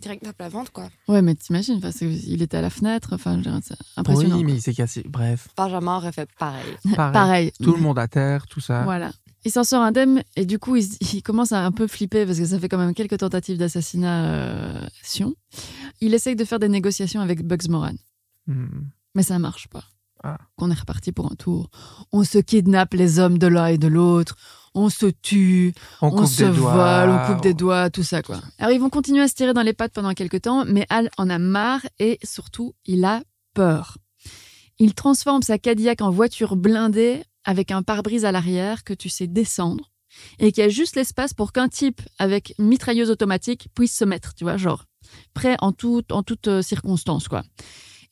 [SPEAKER 4] Direct tape la vente, quoi.
[SPEAKER 2] Ouais, mais t'imagines, enfin, c'est- il était à la fenêtre, enfin, je veux dire, c'est impressionnant.
[SPEAKER 3] Oui,
[SPEAKER 2] quoi.
[SPEAKER 3] mais il s'est cassé. Bref,
[SPEAKER 4] Benjamin aurait fait [laughs] pareil.
[SPEAKER 2] [laughs]
[SPEAKER 3] pareil.
[SPEAKER 2] Pareil.
[SPEAKER 3] Tout
[SPEAKER 2] [laughs]
[SPEAKER 3] le monde hein. à terre, tout ça.
[SPEAKER 2] Voilà. Il s'en sort indemne et du coup, il, se- il commence à un peu flipper parce que ça fait quand même quelques tentatives d'assassinat. euh, Sion. Il essaye de faire des négociations avec Bugs Moran,
[SPEAKER 3] Hmm.
[SPEAKER 2] mais ça marche pas.
[SPEAKER 3] Ah.
[SPEAKER 2] On est reparti pour un tour. On se kidnappe les hommes de l'un et de l'autre. On se tue,
[SPEAKER 3] On,
[SPEAKER 2] on,
[SPEAKER 3] coupe
[SPEAKER 2] se
[SPEAKER 3] des doigts.
[SPEAKER 2] vole, on coupe des doigts, tout ça quoi. Alors ils vont continuer à se tirer dans les pattes pendant quelques temps, mais Al en a marre et surtout il a peur. Il transforme sa Cadillac en voiture blindée avec un pare-brise à l'arrière que tu sais descendre et qui a juste l'espace pour qu'un type avec mitrailleuse automatique puisse se mettre, tu vois, genre prêt en, tout, en toute euh, circonstance quoi.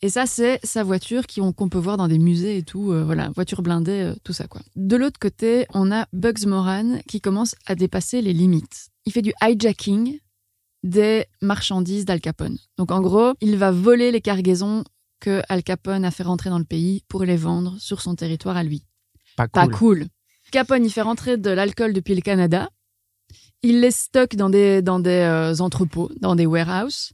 [SPEAKER 2] Et ça, c'est sa voiture qui- qu'on peut voir dans des musées et tout. euh, voilà, voiture blindée, euh, tout ça, quoi. De l'autre côté, on a Bugs Moran qui commence à dépasser les limites. Il fait du hijacking des marchandises d'Al Capone. Donc, en gros, il va voler les cargaisons que Al Capone a fait rentrer dans le pays pour les vendre sur son territoire à lui.
[SPEAKER 3] Pas
[SPEAKER 2] Pas
[SPEAKER 3] cool.
[SPEAKER 2] cool. Capone, il fait rentrer de l'alcool depuis le Canada. Il les stocke dans des, dans des euh, entrepôts, dans des warehouses.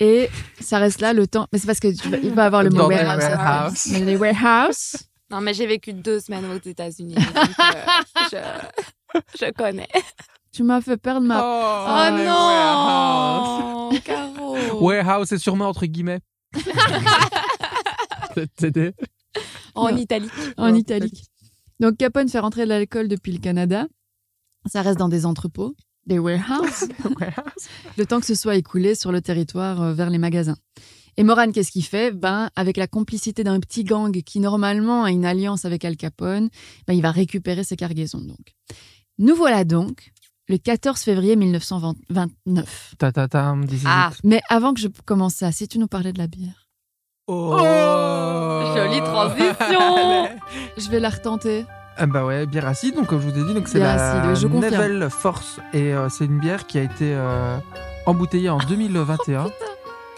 [SPEAKER 2] Et ça reste là le temps. Mais c'est parce qu'il va avoir le mot
[SPEAKER 3] Dans des
[SPEAKER 2] warehouse.
[SPEAKER 3] warehouses.
[SPEAKER 2] Mais les warehouses.
[SPEAKER 4] Non, mais j'ai vécu deux semaines aux [laughs] États-Unis. donc, euh, je... je connais.
[SPEAKER 2] Tu m'as fait perdre ma.
[SPEAKER 3] Oh,
[SPEAKER 2] Ah,
[SPEAKER 3] ouais,
[SPEAKER 4] non [laughs] Caro
[SPEAKER 3] Warehouse, c'est sûrement
[SPEAKER 2] [laughs]
[SPEAKER 3] entre guillemets. C'était
[SPEAKER 4] En Italie.
[SPEAKER 2] en italique. Donc Capone fait rentrer de l'alcool depuis le Canada. Ça reste dans des entrepôts, des [laughs] warehouses, le temps que ce soit écoulé sur le territoire euh, vers les magasins. Et Moran, qu'est-ce qu'il fait Ben, avec la complicité d'un petit gang qui normalement a une alliance avec Al Capone, ben, il va récupérer ses cargaisons. Donc, nous voilà donc le 14 février 1929.
[SPEAKER 3] ta ta tam, this is
[SPEAKER 4] Ah.
[SPEAKER 3] it.
[SPEAKER 2] Mais avant que je commence ça, si tu nous parlais de la bière,
[SPEAKER 3] Oh.
[SPEAKER 4] Oh, jolie transition.
[SPEAKER 2] je vais la retenter.
[SPEAKER 3] Ah bah ouais, bière acide, donc comme je vous ai dit, donc c'est
[SPEAKER 2] Bière
[SPEAKER 3] la
[SPEAKER 2] acide, oui, je confirme.
[SPEAKER 3] Nevel Force et euh, c'est une bière qui a été euh,
[SPEAKER 2] [laughs]
[SPEAKER 3] embouteillée en 2021.
[SPEAKER 4] [laughs]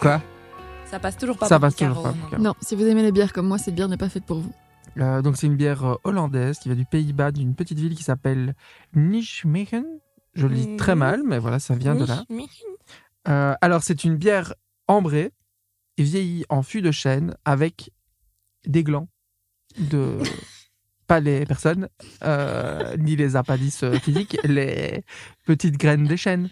[SPEAKER 4] Ça passe toujours pas
[SPEAKER 3] Ça
[SPEAKER 4] pour
[SPEAKER 3] passe
[SPEAKER 4] Caro,
[SPEAKER 3] toujours pas pour
[SPEAKER 4] non.
[SPEAKER 3] Caro.
[SPEAKER 2] Non, si vous aimez les bières comme moi, cette bière n'est pas faite pour vous.
[SPEAKER 3] Euh, donc c'est une bière euh, hollandaise qui vient du Pays-Bas, d'une petite ville qui s'appelle Nijmegen. Je le dis très
[SPEAKER 4] Mhm.
[SPEAKER 3] mal, mais voilà, ça vient de là.
[SPEAKER 4] Oui, oui.
[SPEAKER 3] Euh, alors c'est une bière ambrée et vieillie en fût de chêne avec des glands
[SPEAKER 4] [laughs]
[SPEAKER 3] de pas les personnes euh, ni les appendices euh, physiques, les petites graines des chênes.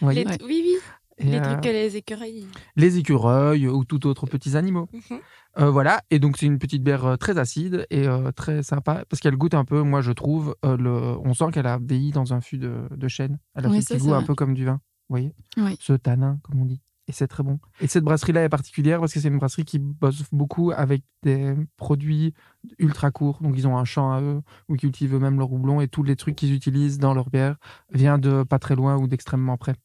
[SPEAKER 3] Vous voyez
[SPEAKER 4] Les-
[SPEAKER 2] Ouais.
[SPEAKER 4] Oui, oui.
[SPEAKER 3] Et,
[SPEAKER 4] Les
[SPEAKER 3] euh,
[SPEAKER 4] trucs que les écureuils.
[SPEAKER 3] les écureuils ou tout autre petits animaux.
[SPEAKER 4] Mhm.
[SPEAKER 3] Euh, voilà, et donc c'est une petite bière euh, très acide et euh, très sympa parce qu'elle goûte un peu, moi je trouve, euh, le... on sent qu'elle a vieilli dans un fût de, de chêne. Elle a
[SPEAKER 2] Oui,
[SPEAKER 3] fait
[SPEAKER 2] ça,
[SPEAKER 3] ce petit
[SPEAKER 2] c'est
[SPEAKER 3] goût un
[SPEAKER 2] vrai.
[SPEAKER 3] peu comme du vin, vous voyez
[SPEAKER 2] Oui.
[SPEAKER 3] Ce tanin, comme on dit. Et c'est très bon. Et cette brasserie-là est particulière parce que c'est une brasserie qui bosse beaucoup avec des produits ultra courts. Donc ils ont un champ à eux où ils cultivent eux-mêmes leur houblon et tous les trucs qu'ils utilisent dans leur bière viennent de pas très loin ou d'extrêmement près.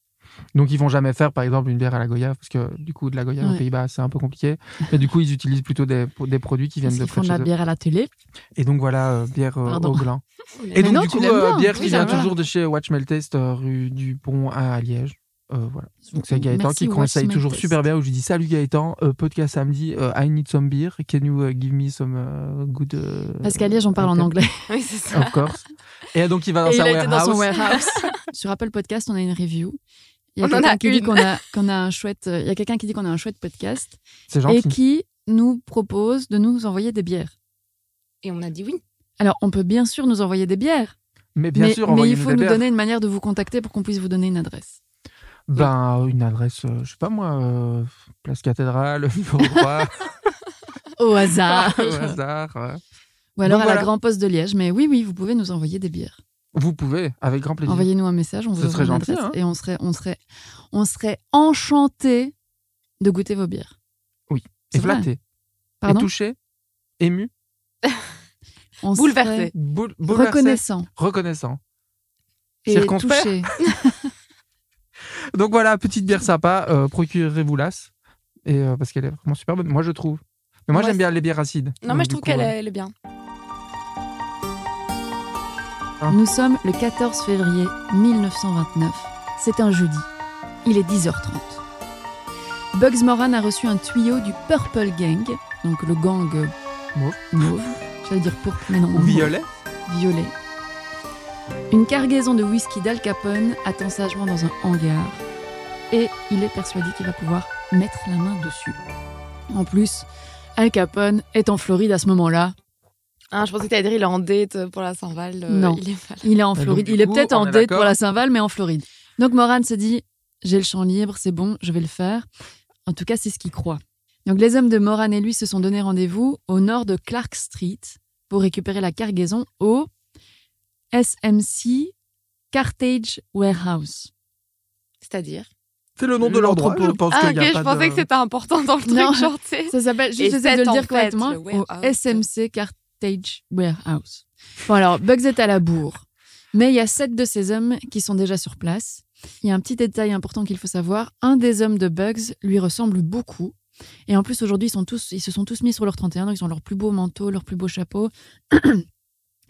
[SPEAKER 3] Donc ils vont jamais faire par exemple une bière à la Goya parce que du coup de la Goya aux
[SPEAKER 2] Ouais.
[SPEAKER 3] Pays-Bas c'est un peu compliqué. Mais du coup ils utilisent plutôt des, des produits qui viennent
[SPEAKER 2] Parce
[SPEAKER 3] de
[SPEAKER 2] qu'ils font de
[SPEAKER 3] près de
[SPEAKER 2] la
[SPEAKER 3] chez eux.
[SPEAKER 2] bière à la télé.
[SPEAKER 3] Et donc voilà euh, bière euh,
[SPEAKER 2] Pardon.
[SPEAKER 3] au gland.
[SPEAKER 4] Oh
[SPEAKER 2] Mais
[SPEAKER 3] Et donc
[SPEAKER 2] non,
[SPEAKER 3] du
[SPEAKER 2] tu
[SPEAKER 3] coup
[SPEAKER 2] l'aimes
[SPEAKER 3] euh,
[SPEAKER 2] bien.
[SPEAKER 3] bière
[SPEAKER 2] Oui,
[SPEAKER 3] qui
[SPEAKER 2] ça
[SPEAKER 3] vient
[SPEAKER 2] va.
[SPEAKER 3] toujours de chez Watchmel Taste euh, rue du Pont à Liège. Euh, voilà. Donc c'est Gaëtan
[SPEAKER 2] Merci,
[SPEAKER 3] qui conseille
[SPEAKER 2] Watchman
[SPEAKER 3] toujours
[SPEAKER 2] Test.
[SPEAKER 3] super bien où je lui dis salut Gaëtan, euh, podcast samedi, euh, I need some beer, can you euh, give me some euh, good euh,
[SPEAKER 2] Parce qu'à Liège, on parle en
[SPEAKER 3] alcohol
[SPEAKER 2] anglais.
[SPEAKER 4] Oui, c'est ça.
[SPEAKER 2] [laughs]
[SPEAKER 3] Of course. Et donc il va euh, dans
[SPEAKER 2] Et il
[SPEAKER 3] sa
[SPEAKER 2] a été dans son
[SPEAKER 3] warehouse.
[SPEAKER 2] warehouse. [laughs] Sur Apple Podcast, on a une review. Il y a
[SPEAKER 4] On en
[SPEAKER 2] quelqu'un
[SPEAKER 4] a
[SPEAKER 2] qui dit
[SPEAKER 4] une.
[SPEAKER 2] qu'on a, qu'on a un chouette. euh, Il y a quelqu'un qui dit qu'on a un chouette podcast
[SPEAKER 3] C'est
[SPEAKER 2] et
[SPEAKER 3] gentil.
[SPEAKER 2] qui nous propose de nous envoyer des bières.
[SPEAKER 4] Et on a dit oui.
[SPEAKER 2] Alors, on peut bien sûr nous envoyer des bières,
[SPEAKER 3] Mais bien
[SPEAKER 2] mais,
[SPEAKER 3] sûr,
[SPEAKER 2] mais
[SPEAKER 3] envoyez
[SPEAKER 2] il faut nous
[SPEAKER 3] des
[SPEAKER 2] donner une manière de vous contacter pour qu'on puisse vous donner une adresse.
[SPEAKER 3] Ben, une adresse, euh, je sais pas moi, euh, place cathédrale, [laughs] numéro 3,
[SPEAKER 2] [laughs] Au
[SPEAKER 3] [laughs] au
[SPEAKER 2] hasard.
[SPEAKER 3] hasard. ouais.
[SPEAKER 2] Ou alors
[SPEAKER 3] Donc
[SPEAKER 2] à
[SPEAKER 3] voilà.
[SPEAKER 2] la Grand Poste de Liège. Mais oui, oui, vous pouvez nous envoyer des bières.
[SPEAKER 3] Vous pouvez, avec grand plaisir.
[SPEAKER 2] Envoyez-nous un message, on
[SPEAKER 3] Ce
[SPEAKER 2] vous offre
[SPEAKER 3] serait
[SPEAKER 2] une
[SPEAKER 3] gentil,
[SPEAKER 2] adresse
[SPEAKER 3] hein.
[SPEAKER 2] et on serait, on serait, on serait enchanté de goûter vos bières.
[SPEAKER 3] Oui.
[SPEAKER 2] C'est
[SPEAKER 3] Et
[SPEAKER 2] vrai.
[SPEAKER 3] flatté, et
[SPEAKER 2] Pardon.
[SPEAKER 3] touché, ému,
[SPEAKER 2] On
[SPEAKER 4] Bouleversé.
[SPEAKER 2] serait
[SPEAKER 3] boule- bouleversé,
[SPEAKER 2] reconnaissant
[SPEAKER 3] reconnaissant.
[SPEAKER 2] et
[SPEAKER 3] Circonspect.
[SPEAKER 2] touché.
[SPEAKER 3] Donc voilà, petite bière sympa, euh, procurez-vous l'as, et, euh, parce qu'elle est vraiment super bonne, moi je trouve. Mais moi
[SPEAKER 4] Ouais,
[SPEAKER 3] j'aime
[SPEAKER 4] c'est-
[SPEAKER 3] bien les bières acides.
[SPEAKER 4] Non, mais
[SPEAKER 3] Donc,
[SPEAKER 4] je
[SPEAKER 3] du
[SPEAKER 4] trouve
[SPEAKER 3] coup,
[SPEAKER 4] qu'elle
[SPEAKER 3] euh,
[SPEAKER 4] est- elle est bien.
[SPEAKER 3] Ah.
[SPEAKER 2] Nous sommes le 14 février 1929. C'est un jeudi. Il est 10h30. Bugs Moran a reçu un tuyau du Purple Gang, donc le gang euh,
[SPEAKER 3] Mauve.
[SPEAKER 2] mauve. J'allais dire pourpre, mais non.
[SPEAKER 3] Ou
[SPEAKER 2] mauve.
[SPEAKER 3] violet
[SPEAKER 2] violet. Une cargaison de whisky d'Al Capone attend sagement dans un hangar et il est persuadé qu'il va pouvoir mettre la main dessus. En plus, Al Capone est en Floride à ce moment-là.
[SPEAKER 4] Ah, je pensais que t'allais dire il est en date pour la Saint-Val. euh,
[SPEAKER 2] Non.
[SPEAKER 4] Il est mal.
[SPEAKER 2] Il est en
[SPEAKER 3] Bah, donc,
[SPEAKER 2] Floride.
[SPEAKER 3] du
[SPEAKER 2] il est
[SPEAKER 3] coup,
[SPEAKER 2] peut-être
[SPEAKER 3] on
[SPEAKER 2] en
[SPEAKER 3] est
[SPEAKER 2] date
[SPEAKER 3] d'accord.
[SPEAKER 2] pour la Saint-Val, mais en Floride. Donc Moran se dit J'ai le champ libre, c'est bon, je vais le faire. En tout cas, c'est ce qu'il croit. Donc les hommes de Moran et lui se sont donné rendez-vous au nord de Clark Street pour récupérer la cargaison au SMC Cartage Warehouse.
[SPEAKER 4] C'est-à-dire
[SPEAKER 3] C'est le nom de l'endroit, je
[SPEAKER 2] L'entrepôt.
[SPEAKER 3] pense
[SPEAKER 4] Ah,
[SPEAKER 3] qu'il
[SPEAKER 4] ok,
[SPEAKER 3] y a
[SPEAKER 4] je
[SPEAKER 3] pas
[SPEAKER 4] pensais
[SPEAKER 3] de-
[SPEAKER 4] que c'était important dans le truc,
[SPEAKER 2] Non.
[SPEAKER 4] genre, tu sais.
[SPEAKER 2] Ça s'appelle,
[SPEAKER 4] Et
[SPEAKER 2] juste j'essaie de
[SPEAKER 4] c'est
[SPEAKER 2] le
[SPEAKER 4] en
[SPEAKER 2] dire
[SPEAKER 4] fait
[SPEAKER 2] correctement,
[SPEAKER 4] le
[SPEAKER 2] au
[SPEAKER 4] warehouse.
[SPEAKER 2] SMC Cartage Warehouse. Bon alors, Bugs est à la bourre, mais il y a sept de ses hommes qui sont déjà sur place. Il y a un petit détail important qu'il faut savoir, un des hommes de Bugs lui ressemble beaucoup. Et en plus, aujourd'hui, ils, sont tous- ils se sont tous mis sur leur 31, donc ils ont leur plus beau manteau, leur plus beau chapeau. [clears throat]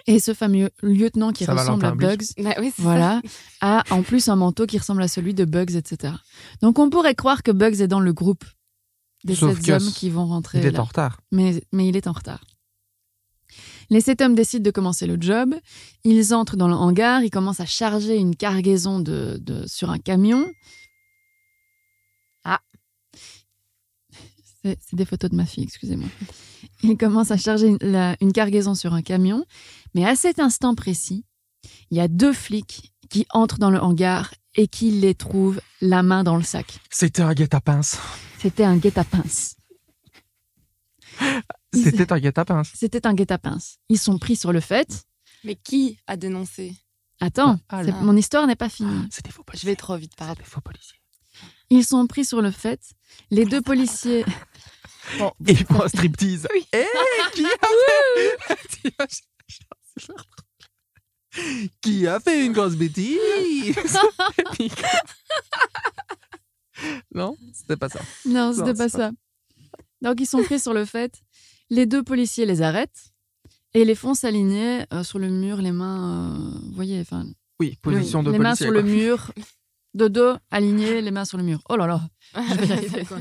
[SPEAKER 2] Et ce fameux lieutenant qui
[SPEAKER 3] Ça,
[SPEAKER 2] ressemble à
[SPEAKER 3] Valentin
[SPEAKER 2] Bugs,
[SPEAKER 3] Blic.
[SPEAKER 4] [laughs] Bah oui, c'est ça.
[SPEAKER 2] voilà, [laughs] a en plus un manteau qui ressemble à celui de Bugs, etc. Donc on pourrait croire que Bugs est dans le groupe des
[SPEAKER 3] Sauf
[SPEAKER 2] sept
[SPEAKER 3] que
[SPEAKER 2] hommes qui vont rentrer.
[SPEAKER 3] Il est
[SPEAKER 2] là.
[SPEAKER 3] en retard.
[SPEAKER 2] Mais, mais il est en retard. Les sept hommes décident de commencer le job. Ils entrent dans le hangar, ils commencent à charger une cargaison de, de- sur un camion.
[SPEAKER 4] Ah.
[SPEAKER 2] C'est c'est des photos de ma fille, excusez-moi. Ils commencent à charger une, la- une cargaison sur un camion. Mais à cet instant précis, il y a deux flics qui entrent dans le hangar et qui les trouvent la main dans le sac.
[SPEAKER 3] C'était un
[SPEAKER 4] [laughs]
[SPEAKER 3] guet-apens.
[SPEAKER 2] C'était un guet-apens. Ils-
[SPEAKER 3] C'était un guet-apens.
[SPEAKER 2] C'était un guet-apens. Ils sont pris sur le fait.
[SPEAKER 4] Mais qui a dénoncé
[SPEAKER 2] Attends,
[SPEAKER 3] Ah
[SPEAKER 2] c'est-
[SPEAKER 4] là.
[SPEAKER 2] mon histoire n'est pas finie.
[SPEAKER 3] C'est des faux
[SPEAKER 4] Je vais trop vite, [laughs] pardon.
[SPEAKER 3] des faux policiers.
[SPEAKER 2] Ils sont pris sur le fait. Les deux policiers. Bon,
[SPEAKER 3] Et ils font un striptease.
[SPEAKER 4] [laughs] Oui.
[SPEAKER 3] Eh, qui a fait... [laughs] qui a fait une grosse
[SPEAKER 4] [laughs]
[SPEAKER 3] bêtise [laughs] Non, c'était pas ça.
[SPEAKER 2] non, c'était
[SPEAKER 3] Non,
[SPEAKER 2] pas
[SPEAKER 3] c'est
[SPEAKER 2] ça. Donc ils sont pris sur le fait. Les deux policiers les arrêtent et les font s'aligner euh, sur le mur, les mains. euh, vous voyez, enfin.
[SPEAKER 3] Oui, position
[SPEAKER 2] le-
[SPEAKER 3] de
[SPEAKER 2] Les mains
[SPEAKER 3] policier.
[SPEAKER 2] sur le mur, de dos, alignés, les mains sur le mur. Oh là là, Je vais y arriver, quoi.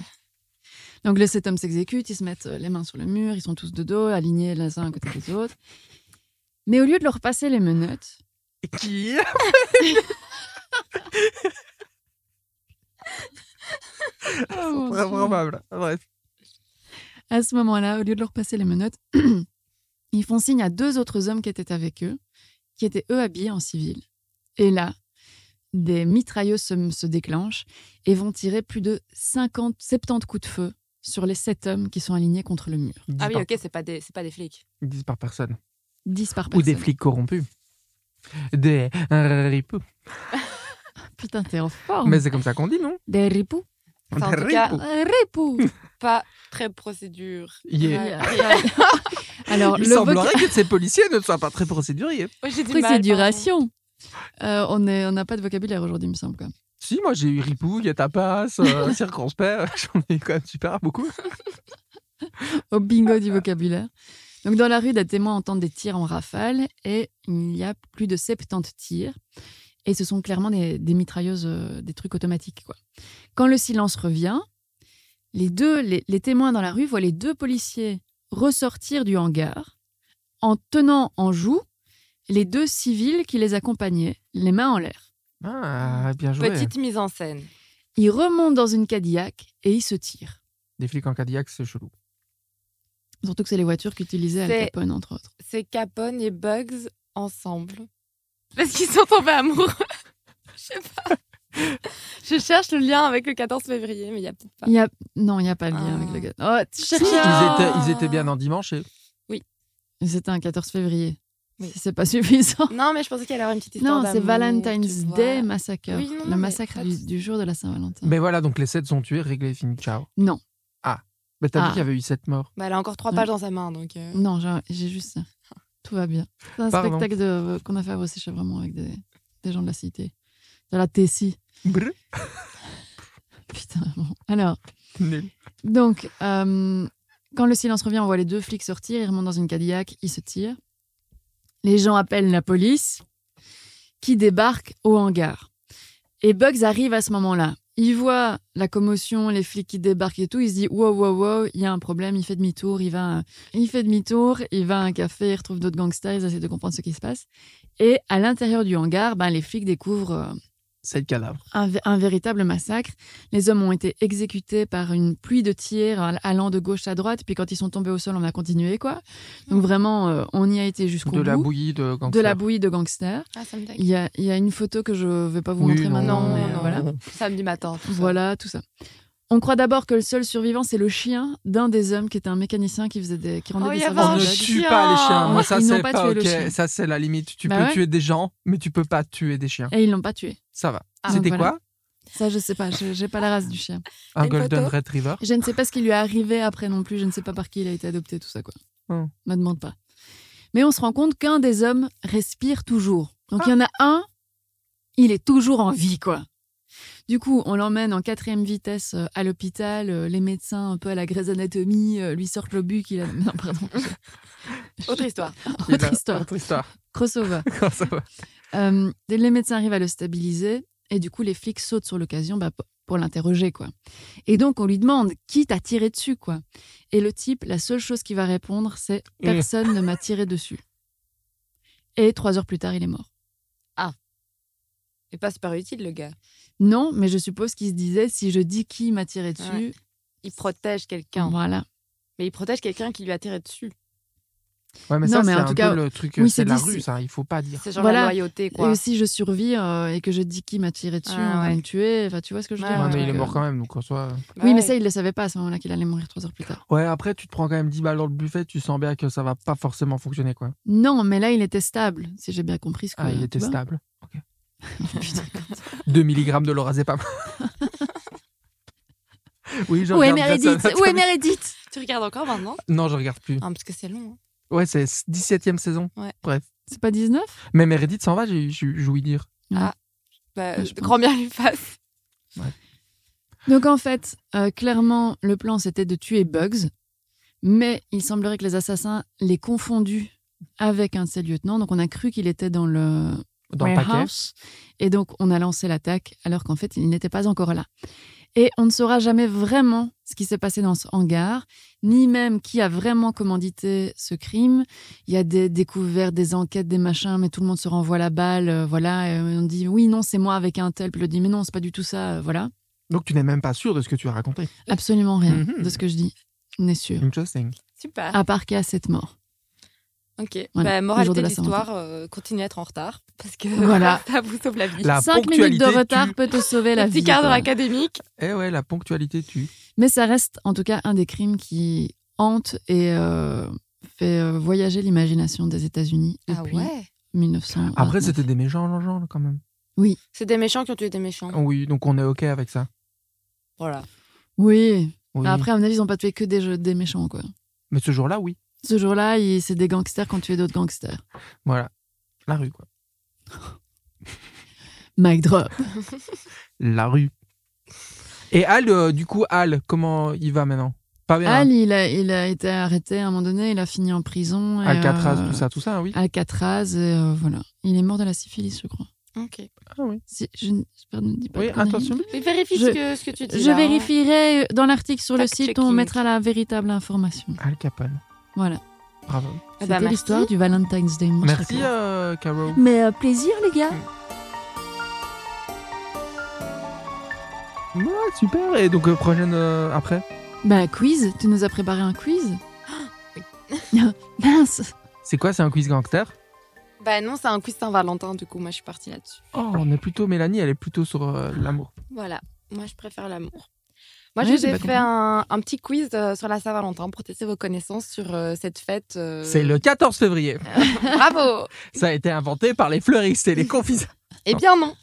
[SPEAKER 2] Donc les sept hommes s'exécutent, ils se mettent euh, les mains sur le mur, ils sont tous de dos, alignés les uns à côté des autres. Mais au lieu de leur passer les menottes,
[SPEAKER 3] quoi. [laughs] Qui a
[SPEAKER 2] Oh, mon
[SPEAKER 3] Très
[SPEAKER 2] Dieu.
[SPEAKER 3] probable. Bref.
[SPEAKER 2] à ce moment-là, au lieu de leur passer les menottes, [clears throat] ils font signe à deux autres hommes qui étaient avec eux, qui étaient eux habillés en civil. Et là, des mitrailleuses se, se déclenchent et vont tirer plus de 50, 70 coups de feu sur les sept hommes qui sont alignés contre le mur.
[SPEAKER 3] Dix,
[SPEAKER 4] Ah oui,
[SPEAKER 3] par...
[SPEAKER 4] ok, c'est pas des, c'est pas des flics.
[SPEAKER 3] dix par personne.
[SPEAKER 2] 10 par
[SPEAKER 3] Ou
[SPEAKER 2] personne. Oh.
[SPEAKER 3] des flics corrompus. Des ripoux.
[SPEAKER 2] Putain, t'es en forme.
[SPEAKER 3] Mais c'est comme ça qu'on dit, non
[SPEAKER 2] Des ripoux. Euh,
[SPEAKER 4] Enfin, en
[SPEAKER 3] Des
[SPEAKER 4] tout cas,
[SPEAKER 3] ripoux. [laughs]
[SPEAKER 2] Ripoux.
[SPEAKER 4] Pas très procédure.
[SPEAKER 3] Yeah.
[SPEAKER 4] Ouais.
[SPEAKER 2] Alors,
[SPEAKER 3] [laughs] Il
[SPEAKER 2] euh, le
[SPEAKER 3] semblerait que ces policiers ne soient pas très procéduriers.
[SPEAKER 4] Ouais, j'ai du
[SPEAKER 3] hein.
[SPEAKER 4] mal,
[SPEAKER 2] Procéduration. Euh, on est- on n'a pas de vocabulaire aujourd'hui, il me semble. Quoi.
[SPEAKER 3] Si, moi j'ai eu Ripou,
[SPEAKER 2] [laughs]
[SPEAKER 3] Yatapas, euh, Circonspect, j'en ai eu quand même super beaucoup.
[SPEAKER 2] Au bingo du vocabulaire. Donc, dans la rue, des témoins entendent des tirs en rafale et il y a plus de 70 tirs. Et ce sont clairement des, des mitrailleuses, euh, des trucs automatiques. Quoi. Quand le silence revient, les, deux, les, les témoins dans la rue voient les deux policiers ressortir du hangar en tenant en joue les deux civils qui les accompagnaient, les mains en l'air.
[SPEAKER 3] Ah, bien joué.
[SPEAKER 4] Petite mise en scène.
[SPEAKER 2] Ils remontent dans une Cadillac et ils se tirent.
[SPEAKER 3] Des flics en Cadillac, c'est chelou.
[SPEAKER 2] Surtout que c'est les voitures qu'utilisait Al
[SPEAKER 4] C'est-
[SPEAKER 2] Capone, entre autres.
[SPEAKER 4] C'est Capone et Bugs ensemble. Parce qu'ils sont tombés amoureux. [laughs] Je sais pas. Je cherche le lien avec le 14 février, mais il n'y a peut-être pas.
[SPEAKER 2] Il y a... Non, il n'y a pas de lien
[SPEAKER 4] Ah.
[SPEAKER 2] avec le gars. Oh, tu cherches
[SPEAKER 4] Si,
[SPEAKER 2] un-
[SPEAKER 3] Ils, étaient, ils étaient bien en dimanche. et-
[SPEAKER 2] C'était un 14 février.
[SPEAKER 4] Oui.
[SPEAKER 2] C'est pas [laughs] suffisant.
[SPEAKER 4] Non, mais je pensais qu'il allait avoir une petite histoire
[SPEAKER 2] Non, c'est
[SPEAKER 4] d'amour,
[SPEAKER 2] Valentine's
[SPEAKER 4] tu vois.
[SPEAKER 2] Day Massacre.
[SPEAKER 4] Oui, non,
[SPEAKER 2] le
[SPEAKER 4] mais
[SPEAKER 2] massacre
[SPEAKER 4] pas
[SPEAKER 2] du,
[SPEAKER 4] de-
[SPEAKER 2] du jour de la Saint-Valentin.
[SPEAKER 3] Mais voilà, donc les 7 sont tués, réglé, fini, ciao.
[SPEAKER 2] Non.
[SPEAKER 3] Ah, mais t'as
[SPEAKER 2] Ah.
[SPEAKER 3] dit qu'il y avait eu 7 morts.
[SPEAKER 4] Bah, elle a encore trois
[SPEAKER 2] Ouais.
[SPEAKER 4] pages dans sa main, donc. euh,
[SPEAKER 2] Non, j'ai- j'ai juste ça. Tout va bien. C'est un
[SPEAKER 3] Pardon.
[SPEAKER 2] spectacle de- qu'on a fait à Bruxelles vraiment avec des, des gens de la cité. De la Tessie. [laughs]
[SPEAKER 3] Brr,
[SPEAKER 2] Putain, bon. Alors,
[SPEAKER 3] nul.
[SPEAKER 2] donc, euh, quand le silence revient, on voit les deux flics sortir. Ils remontent dans une Cadillac, ils se tirent. Les gens appellent la police, qui débarque au hangar. Et Bugs arrive à ce moment-là. Il voit la commotion, les flics qui débarquent et tout. Il se dit wow, wow, wow, il y a un problème. Il fait demi-tour. Il va, à- il fait demi-tour. Il va à un café. Il retrouve d'autres gangsters. Ils essaient de comprendre ce qui se passe. Et à l'intérieur du hangar, ben, les flics découvrent euh,
[SPEAKER 3] 7 cadavres.
[SPEAKER 2] un, vé- un véritable massacre. Les hommes ont été exécutés par une pluie de tirs all- allant de gauche à droite. Puis quand ils sont tombés au sol, on a continué, quoi.
[SPEAKER 4] Mm.
[SPEAKER 2] Donc vraiment, euh, on y a été jusqu'au
[SPEAKER 3] De la
[SPEAKER 2] bout.
[SPEAKER 3] bouillie de gangsters.
[SPEAKER 2] de la bouillie de gangsters.
[SPEAKER 4] Ah, ça me
[SPEAKER 2] Il y a, il y a une photo que je vais pas vous
[SPEAKER 3] Oui,
[SPEAKER 2] montrer
[SPEAKER 3] non, Oh,
[SPEAKER 2] maintenant.
[SPEAKER 4] Non,
[SPEAKER 2] mais,
[SPEAKER 4] non,
[SPEAKER 2] euh,
[SPEAKER 4] non.
[SPEAKER 2] Voilà.
[SPEAKER 4] Samedi matin. tout ça.
[SPEAKER 2] voilà, tout ça. On croit d'abord que le seul survivant, c'est le chien d'un des hommes qui était un mécanicien qui, faisait des, qui rendait
[SPEAKER 4] Oh,
[SPEAKER 2] des
[SPEAKER 4] il y avait
[SPEAKER 2] services
[SPEAKER 3] On
[SPEAKER 4] un
[SPEAKER 2] aux
[SPEAKER 3] ne
[SPEAKER 2] aveugles.
[SPEAKER 3] tue pas les chiens.
[SPEAKER 4] Ils
[SPEAKER 3] Moi, ça,
[SPEAKER 2] n'ont
[SPEAKER 3] c'est
[SPEAKER 2] pas
[SPEAKER 3] pas,
[SPEAKER 2] tué
[SPEAKER 3] ok.
[SPEAKER 2] le chien.
[SPEAKER 3] Ça, c'est la limite. Tu
[SPEAKER 2] Bah
[SPEAKER 3] peux
[SPEAKER 2] ouais.
[SPEAKER 3] tuer des gens, mais tu peux pas tuer des chiens.
[SPEAKER 2] Et ils l'ont pas tué.
[SPEAKER 3] Ça va.
[SPEAKER 4] Ah,
[SPEAKER 3] C'était
[SPEAKER 2] voilà.
[SPEAKER 3] quoi
[SPEAKER 2] Ça, je sais pas, je- j'ai pas la race du chien.
[SPEAKER 3] Un
[SPEAKER 4] Une
[SPEAKER 3] Golden
[SPEAKER 4] photo
[SPEAKER 3] Retriever
[SPEAKER 2] Je ne sais pas ce qui lui est arrivé après non plus. Je ne sais pas par qui il a été adopté, tout ça, quoi.
[SPEAKER 3] Hmm.
[SPEAKER 2] Me demande pas. Mais on se rend compte qu'un des hommes respire toujours. Donc il y en a un, il est toujours en vie, quoi. Du coup, on l'emmène en quatrième vitesse euh, à l'hôpital. euh, Les médecins, un peu à la Grey's Anatomy, euh, lui sortent le but qu'il a. [laughs] Non, pardon.
[SPEAKER 4] Autre histoire.
[SPEAKER 3] Il
[SPEAKER 2] Autre
[SPEAKER 3] a-
[SPEAKER 2] histoire.
[SPEAKER 3] Autre histoire.
[SPEAKER 2] Crossover.
[SPEAKER 3] Comment ça va
[SPEAKER 2] Euh, les médecins arrivent à le stabiliser et du coup les flics sautent sur l'occasion bah, p- pour l'interroger quoi. Et donc on lui demande qui t'a tiré dessus quoi. Et le type, la seule chose qu'il va répondre,
[SPEAKER 3] [laughs]
[SPEAKER 2] c'est personne ne m'a tiré dessus. Et trois heures plus tard, il est mort.
[SPEAKER 4] Et pas super utile, le gars.
[SPEAKER 2] Non, mais je suppose qu'il se disait si je dis qui m'a tiré dessus,
[SPEAKER 4] Ouais. Il protège quelqu'un.
[SPEAKER 2] voilà.
[SPEAKER 4] Mais il protège quelqu'un qui lui a tiré dessus.
[SPEAKER 3] Ouais, mais
[SPEAKER 2] Non,
[SPEAKER 3] ça,
[SPEAKER 2] mais
[SPEAKER 3] c'est
[SPEAKER 2] en
[SPEAKER 3] un
[SPEAKER 2] tout
[SPEAKER 3] peu
[SPEAKER 2] cas,
[SPEAKER 3] le truc.
[SPEAKER 2] oui,
[SPEAKER 3] c'est
[SPEAKER 2] c'est
[SPEAKER 3] la
[SPEAKER 2] dit,
[SPEAKER 3] rue,
[SPEAKER 2] c'est-
[SPEAKER 3] ça. Il faut pas dire.
[SPEAKER 4] C'est genre
[SPEAKER 2] Voilà.
[SPEAKER 4] la loyauté, quoi.
[SPEAKER 2] Et si je survis euh, et que je dis qui m'a tiré dessus,
[SPEAKER 4] Ah,
[SPEAKER 2] on va
[SPEAKER 4] ouais.
[SPEAKER 2] me tuer. Enfin, tu vois ce que je veux
[SPEAKER 4] Ouais,
[SPEAKER 2] dire
[SPEAKER 3] Ouais,
[SPEAKER 2] un
[SPEAKER 3] mais il est
[SPEAKER 2] truc,
[SPEAKER 3] mort
[SPEAKER 2] euh,
[SPEAKER 3] quand même, donc en soi.
[SPEAKER 4] Bah
[SPEAKER 2] Oui, mais
[SPEAKER 4] ouais.
[SPEAKER 2] ça, il le savait pas à ce moment-là qu'il allait mourir trois heures plus tard.
[SPEAKER 3] Ouais, après, tu te prends quand même 10 balles dans le buffet, tu sens bien que ça va pas forcément fonctionner, quoi.
[SPEAKER 2] Non, mais là, il était stable, si j'ai bien compris ce que.
[SPEAKER 3] Ah, il était
[SPEAKER 2] Bah,
[SPEAKER 3] stable.
[SPEAKER 2] putain.
[SPEAKER 3] 2 mg de lorazépam. oui, je
[SPEAKER 2] Où est
[SPEAKER 3] regarde Grey's
[SPEAKER 2] Meredith Où est
[SPEAKER 3] Anatomy.
[SPEAKER 2] Meredith
[SPEAKER 4] Tu regardes
[SPEAKER 2] [laughs]
[SPEAKER 4] encore maintenant
[SPEAKER 3] Non, je regarde plus.
[SPEAKER 4] Ah, Parce que c'est long. hein.
[SPEAKER 3] Ouais, c'est 17 e saison.
[SPEAKER 2] C'est pas 19
[SPEAKER 3] Mais Meredith s'en va, j'ai j'ai- j'ai ouï dire.
[SPEAKER 4] Bah,
[SPEAKER 2] Ouais, je pense.
[SPEAKER 4] grand bien lui fasse. [laughs]
[SPEAKER 2] Donc en fait, euh, clairement, le plan c'était de tuer Bugs, mais il semblerait que les assassins l'aient confondu avec un de ses lieutenants, donc on a cru qu'il était dans le
[SPEAKER 3] Dans le paquet.
[SPEAKER 2] warehouse, et donc on a lancé l'attaque alors qu'en fait il n'était pas encore là. Et on ne saura jamais vraiment ce qui s'est passé dans ce hangar, ni même qui a vraiment commandité ce crime. Il y a des découvertes, des enquêtes, des machins, mais tout le monde se renvoie la balle, euh, voilà, et on dit oui, non, c'est moi avec un tel, puis le dit mais non, c'est pas du tout ça, euh, voilà.
[SPEAKER 3] Donc tu n'es même pas sûr de ce que tu as raconté.
[SPEAKER 2] Absolument rien
[SPEAKER 3] Mhm.
[SPEAKER 2] de ce que je dis n'est sûr.
[SPEAKER 3] Interesting.
[SPEAKER 4] Super.
[SPEAKER 2] À part qu'il y a cette mort.
[SPEAKER 4] Ok.
[SPEAKER 2] Voilà.
[SPEAKER 4] Bah,
[SPEAKER 2] Ah, Le jour de
[SPEAKER 4] moralité de
[SPEAKER 2] la
[SPEAKER 4] l'histoire, euh, continuez à être en retard. Parce que
[SPEAKER 2] Voilà.
[SPEAKER 4] [laughs] ça vous sauve la vie.
[SPEAKER 3] La
[SPEAKER 2] Cinq minutes de
[SPEAKER 3] ponctualité
[SPEAKER 2] retard
[SPEAKER 3] tue.
[SPEAKER 2] peut te sauver la
[SPEAKER 4] Le petit
[SPEAKER 2] vie.
[SPEAKER 4] cadre
[SPEAKER 2] quoi.
[SPEAKER 4] académique.
[SPEAKER 3] Eh ouais, la ponctualité tue.
[SPEAKER 2] Mais ça reste en tout cas un des crimes qui hante et euh, fait euh, voyager l'imagination des États-Unis
[SPEAKER 4] Ah
[SPEAKER 2] depuis 1900.
[SPEAKER 3] Après, c'était des méchants, gens, quand même.
[SPEAKER 4] C'est des méchants qui ont tué des méchants.
[SPEAKER 3] Oui, donc on est OK avec ça.
[SPEAKER 4] Voilà.
[SPEAKER 2] Oui.
[SPEAKER 3] Oui.
[SPEAKER 2] Bah, Après, à mon avis, ils n'ont pas tué que des, jeux- des méchants. quoi.
[SPEAKER 3] Mais ce jour-là, oui.
[SPEAKER 2] Ce jour-là, il- c'est des gangsters qui ont tué d'autres gangsters.
[SPEAKER 3] Voilà. La rue, quoi.
[SPEAKER 2] Mike Drop.
[SPEAKER 3] La rue. Et Al, euh, du coup, Al, comment il va maintenant Pas bien. hein
[SPEAKER 2] Al, Ah, il a, il a été arrêté à un moment donné, il a fini en prison. et,
[SPEAKER 3] hein. Alcatraz,
[SPEAKER 2] euh,
[SPEAKER 3] tout ça, tout ça, oui.
[SPEAKER 2] Alcatraz, et, euh, voilà. Il est mort de la syphilis, je crois.
[SPEAKER 4] Ok.
[SPEAKER 3] Ah oui.
[SPEAKER 2] Si- je ne- j'espère ne dis pas
[SPEAKER 3] Oui,
[SPEAKER 2] de conneries.
[SPEAKER 3] attention.
[SPEAKER 4] Mais vérifie
[SPEAKER 2] Je-
[SPEAKER 4] ce, que, ce que tu dis.
[SPEAKER 2] Je
[SPEAKER 4] là, hein.
[SPEAKER 2] vérifierai euh, dans l'article sur le
[SPEAKER 4] Fact
[SPEAKER 2] site, on
[SPEAKER 4] checking.
[SPEAKER 2] mettra la véritable information.
[SPEAKER 3] Al Capone.
[SPEAKER 2] Voilà.
[SPEAKER 3] Bravo.
[SPEAKER 4] Eh ben,
[SPEAKER 2] C'était
[SPEAKER 4] merci.
[SPEAKER 2] l'histoire du Valentine's Day. mon cher
[SPEAKER 3] Merci,
[SPEAKER 2] Claude.
[SPEAKER 3] euh, Caro.
[SPEAKER 1] Mais euh, plaisir les gars
[SPEAKER 3] Ouais, super. Et donc, euh, prochaine euh, après
[SPEAKER 2] Bah, quiz, tu nous as [gasps] préparé un quiz Mince
[SPEAKER 3] C'est quoi C'est un quiz gangster
[SPEAKER 4] Bah non, c'est un quiz Saint-Valentin, du coup, moi je suis partie là-dessus.
[SPEAKER 3] Oh, on est plutôt Mélanie, elle est plutôt sur euh, l'amour.
[SPEAKER 4] Voilà, moi je préfère l'amour.
[SPEAKER 2] Ouais,
[SPEAKER 4] Moi je vous
[SPEAKER 2] j'ai
[SPEAKER 4] ai
[SPEAKER 2] pas
[SPEAKER 4] fait un, un petit quiz euh, sur la Saint-Valentin pour tester vos connaissances sur euh, cette fête. euh,
[SPEAKER 3] C'est le 14 février.
[SPEAKER 4] Bravo
[SPEAKER 3] Ça a été inventé par les fleuristes [laughs] et les confiseurs.
[SPEAKER 4] Eh bien non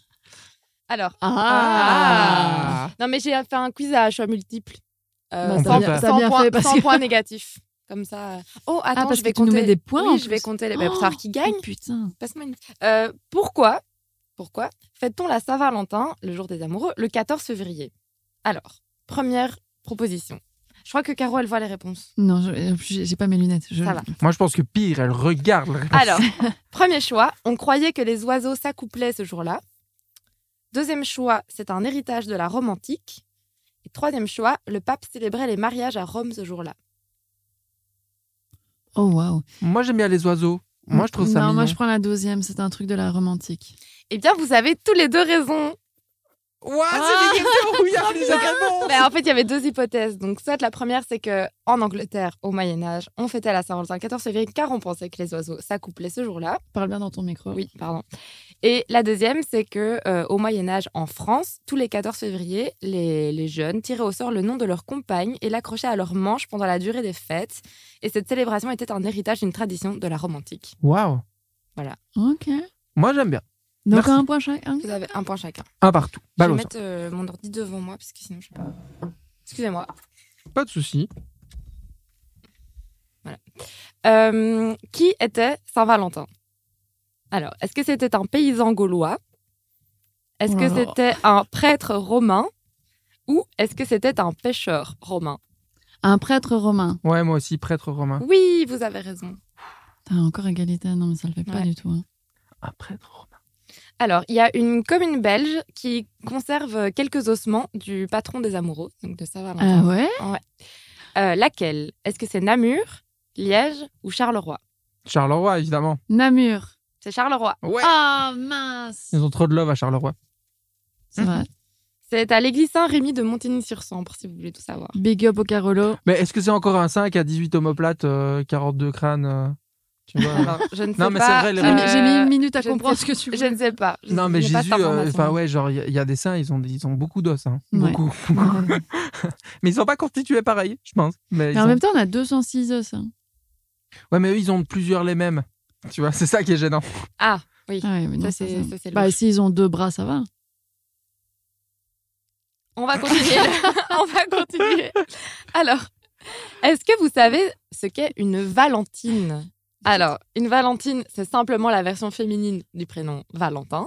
[SPEAKER 4] Alors,
[SPEAKER 2] Ah,
[SPEAKER 4] non mais j'ai fait un quiz à choix multiple. Euh,
[SPEAKER 2] Bah,
[SPEAKER 3] On
[SPEAKER 4] sans
[SPEAKER 3] peut pas.
[SPEAKER 2] T'as bien
[SPEAKER 4] points,
[SPEAKER 2] fait, parce
[SPEAKER 4] sans
[SPEAKER 2] que- Ah,
[SPEAKER 4] points négatifs. Comme ça. euh. Oh, attends,
[SPEAKER 2] parce
[SPEAKER 4] je vais
[SPEAKER 2] que tu nous
[SPEAKER 4] compter-
[SPEAKER 2] mets des points, en
[SPEAKER 4] Oui, je
[SPEAKER 2] plus.
[SPEAKER 4] vais compter les. bah, pour savoir qui gagne.
[SPEAKER 2] Oh, Putain.
[SPEAKER 4] Passe-moi une- Euh, pourquoi Pourquoi fête-t-on la Saint-Valentin, le jour des amoureux, le 14 février Alors, première proposition. Je crois que Caro, elle voit les réponses.
[SPEAKER 2] Non, je- en plus, j'ai j'ai pas mes lunettes. Je-
[SPEAKER 4] Ça va.
[SPEAKER 3] Moi, je pense que pire, elle regarde. la réponse.
[SPEAKER 4] Alors, [laughs] premier choix, on croyait que les oiseaux s'accouplaient ce jour-là. Deuxième choix, c'est un héritage de la Rome antique. Et troisième choix, le pape célébrait les mariages à Rome ce jour-là.
[SPEAKER 2] Oh waouh.
[SPEAKER 3] Moi, j'aime bien les oiseaux. Moi, je trouve ça
[SPEAKER 2] Non,
[SPEAKER 3] mignon.
[SPEAKER 2] moi je prends la deuxième. C'est un truc de la romantique.
[SPEAKER 4] Eh bien, vous avez tous les deux raison.
[SPEAKER 3] Ouah, c'est des [laughs] questions où il y a plusieurs réponses.
[SPEAKER 4] Ben, en fait, il y avait deux hypothèses. Donc, soit la première, c'est que en Angleterre, au Moyen Âge, on fêtait la Saint-Valentin le 14 février car on pensait que les oiseaux s'accouplaient ce jour-là.
[SPEAKER 2] Parle bien dans ton micro.
[SPEAKER 4] Oui, pardon. Et la deuxième, c'est que euh, au Moyen Âge, en France, tous les 14 février, les, les jeunes tiraient au sort le nom de leur compagne et l'accrochaient à leur manche pendant la durée des fêtes. Et cette célébration était un héritage d'une tradition de la Rome antique.
[SPEAKER 3] Waouh.
[SPEAKER 2] Ok.
[SPEAKER 3] Moi, j'aime bien.
[SPEAKER 2] Donc
[SPEAKER 3] Merci.
[SPEAKER 2] un point chacun.
[SPEAKER 4] Vous avez un point chacun.
[SPEAKER 3] Un partout.
[SPEAKER 4] je vais
[SPEAKER 3] Balance.
[SPEAKER 4] mettre euh, mon ordi devant moi parce que sinon je sais pas. Excusez-moi.
[SPEAKER 3] Pas de souci.
[SPEAKER 4] Euh, qui était Saint-Valentin Alors, est-ce que c'était un paysan gaulois Est-ce
[SPEAKER 2] Oh
[SPEAKER 4] que
[SPEAKER 2] là là.
[SPEAKER 4] c'était un prêtre romain Ou est-ce que c'était un pêcheur romain
[SPEAKER 2] Un prêtre romain.
[SPEAKER 3] Ouais, moi aussi, prêtre romain.
[SPEAKER 4] Oui, vous avez raison.
[SPEAKER 2] T'as encore égalité. Non, mais ça le fait pas
[SPEAKER 4] Ouais.
[SPEAKER 2] du tout. hein.
[SPEAKER 3] Un Ah, prêtre romain.
[SPEAKER 4] Alors, il y a une commune belge qui conserve quelques ossements du patron des amoureux, donc de
[SPEAKER 2] Ah
[SPEAKER 4] Saint-Valentin.
[SPEAKER 2] ouais.
[SPEAKER 3] Ah.
[SPEAKER 4] Euh, laquelle Est-ce que c'est Namur, Liège ou Charleroi
[SPEAKER 3] Charleroi, évidemment.
[SPEAKER 2] Namur.
[SPEAKER 4] C'est Charleroi.
[SPEAKER 3] Ouais.
[SPEAKER 2] Ah mince.
[SPEAKER 3] Ils ont trop de love à Charleroi.
[SPEAKER 2] Ça va.
[SPEAKER 4] C'est à l'église Saint-Rémy de Montigny-sur-Sambre, si vous voulez tout savoir.
[SPEAKER 2] Big up au Carolo.
[SPEAKER 3] Mais est-ce que c'est encore un 5 à 18 omoplates, euh, 42 crânes euh, Tu vois [laughs]
[SPEAKER 4] Alors, je ne sais
[SPEAKER 3] Non, mais c'est
[SPEAKER 4] pas,
[SPEAKER 3] vrai, les-
[SPEAKER 2] J'ai mis- Ah, J'ai mis une
[SPEAKER 4] euh,
[SPEAKER 2] minute à
[SPEAKER 4] je ne
[SPEAKER 2] comprendre ce que tu
[SPEAKER 4] Je
[SPEAKER 2] veux. [laughs]
[SPEAKER 4] ne sais pas. Je
[SPEAKER 3] Non, mais
[SPEAKER 4] n'ai pas
[SPEAKER 3] Jésus,
[SPEAKER 4] cette
[SPEAKER 3] euh,
[SPEAKER 4] information.
[SPEAKER 3] enfin ouais, genre il y, a- il y a des saints, ils ont, ils ont beaucoup d'os, hein.
[SPEAKER 2] Ouais.
[SPEAKER 3] beaucoup. [laughs] mais ils sont pas constitués pareil, je pense. Mais ils
[SPEAKER 2] Mais en
[SPEAKER 3] ont-
[SPEAKER 2] même temps, on a 206 os. hein.
[SPEAKER 3] Ouais, mais eux, ils ont plusieurs les mêmes. Tu vois, c'est ça qui est gênant.
[SPEAKER 4] Ah, oui.
[SPEAKER 2] Ah ouais, mais non,
[SPEAKER 4] Ça,
[SPEAKER 2] ça,
[SPEAKER 4] c'est
[SPEAKER 2] ça-
[SPEAKER 4] ça, c'est
[SPEAKER 2] Bah,
[SPEAKER 4] louche.
[SPEAKER 2] s'ils ont deux bras, ça va.
[SPEAKER 4] On va continuer. [laughs] On va continuer. Alors, est-ce que vous savez ce qu'est une Valentine Alors, une Valentine, c'est simplement la version féminine du prénom Valentin.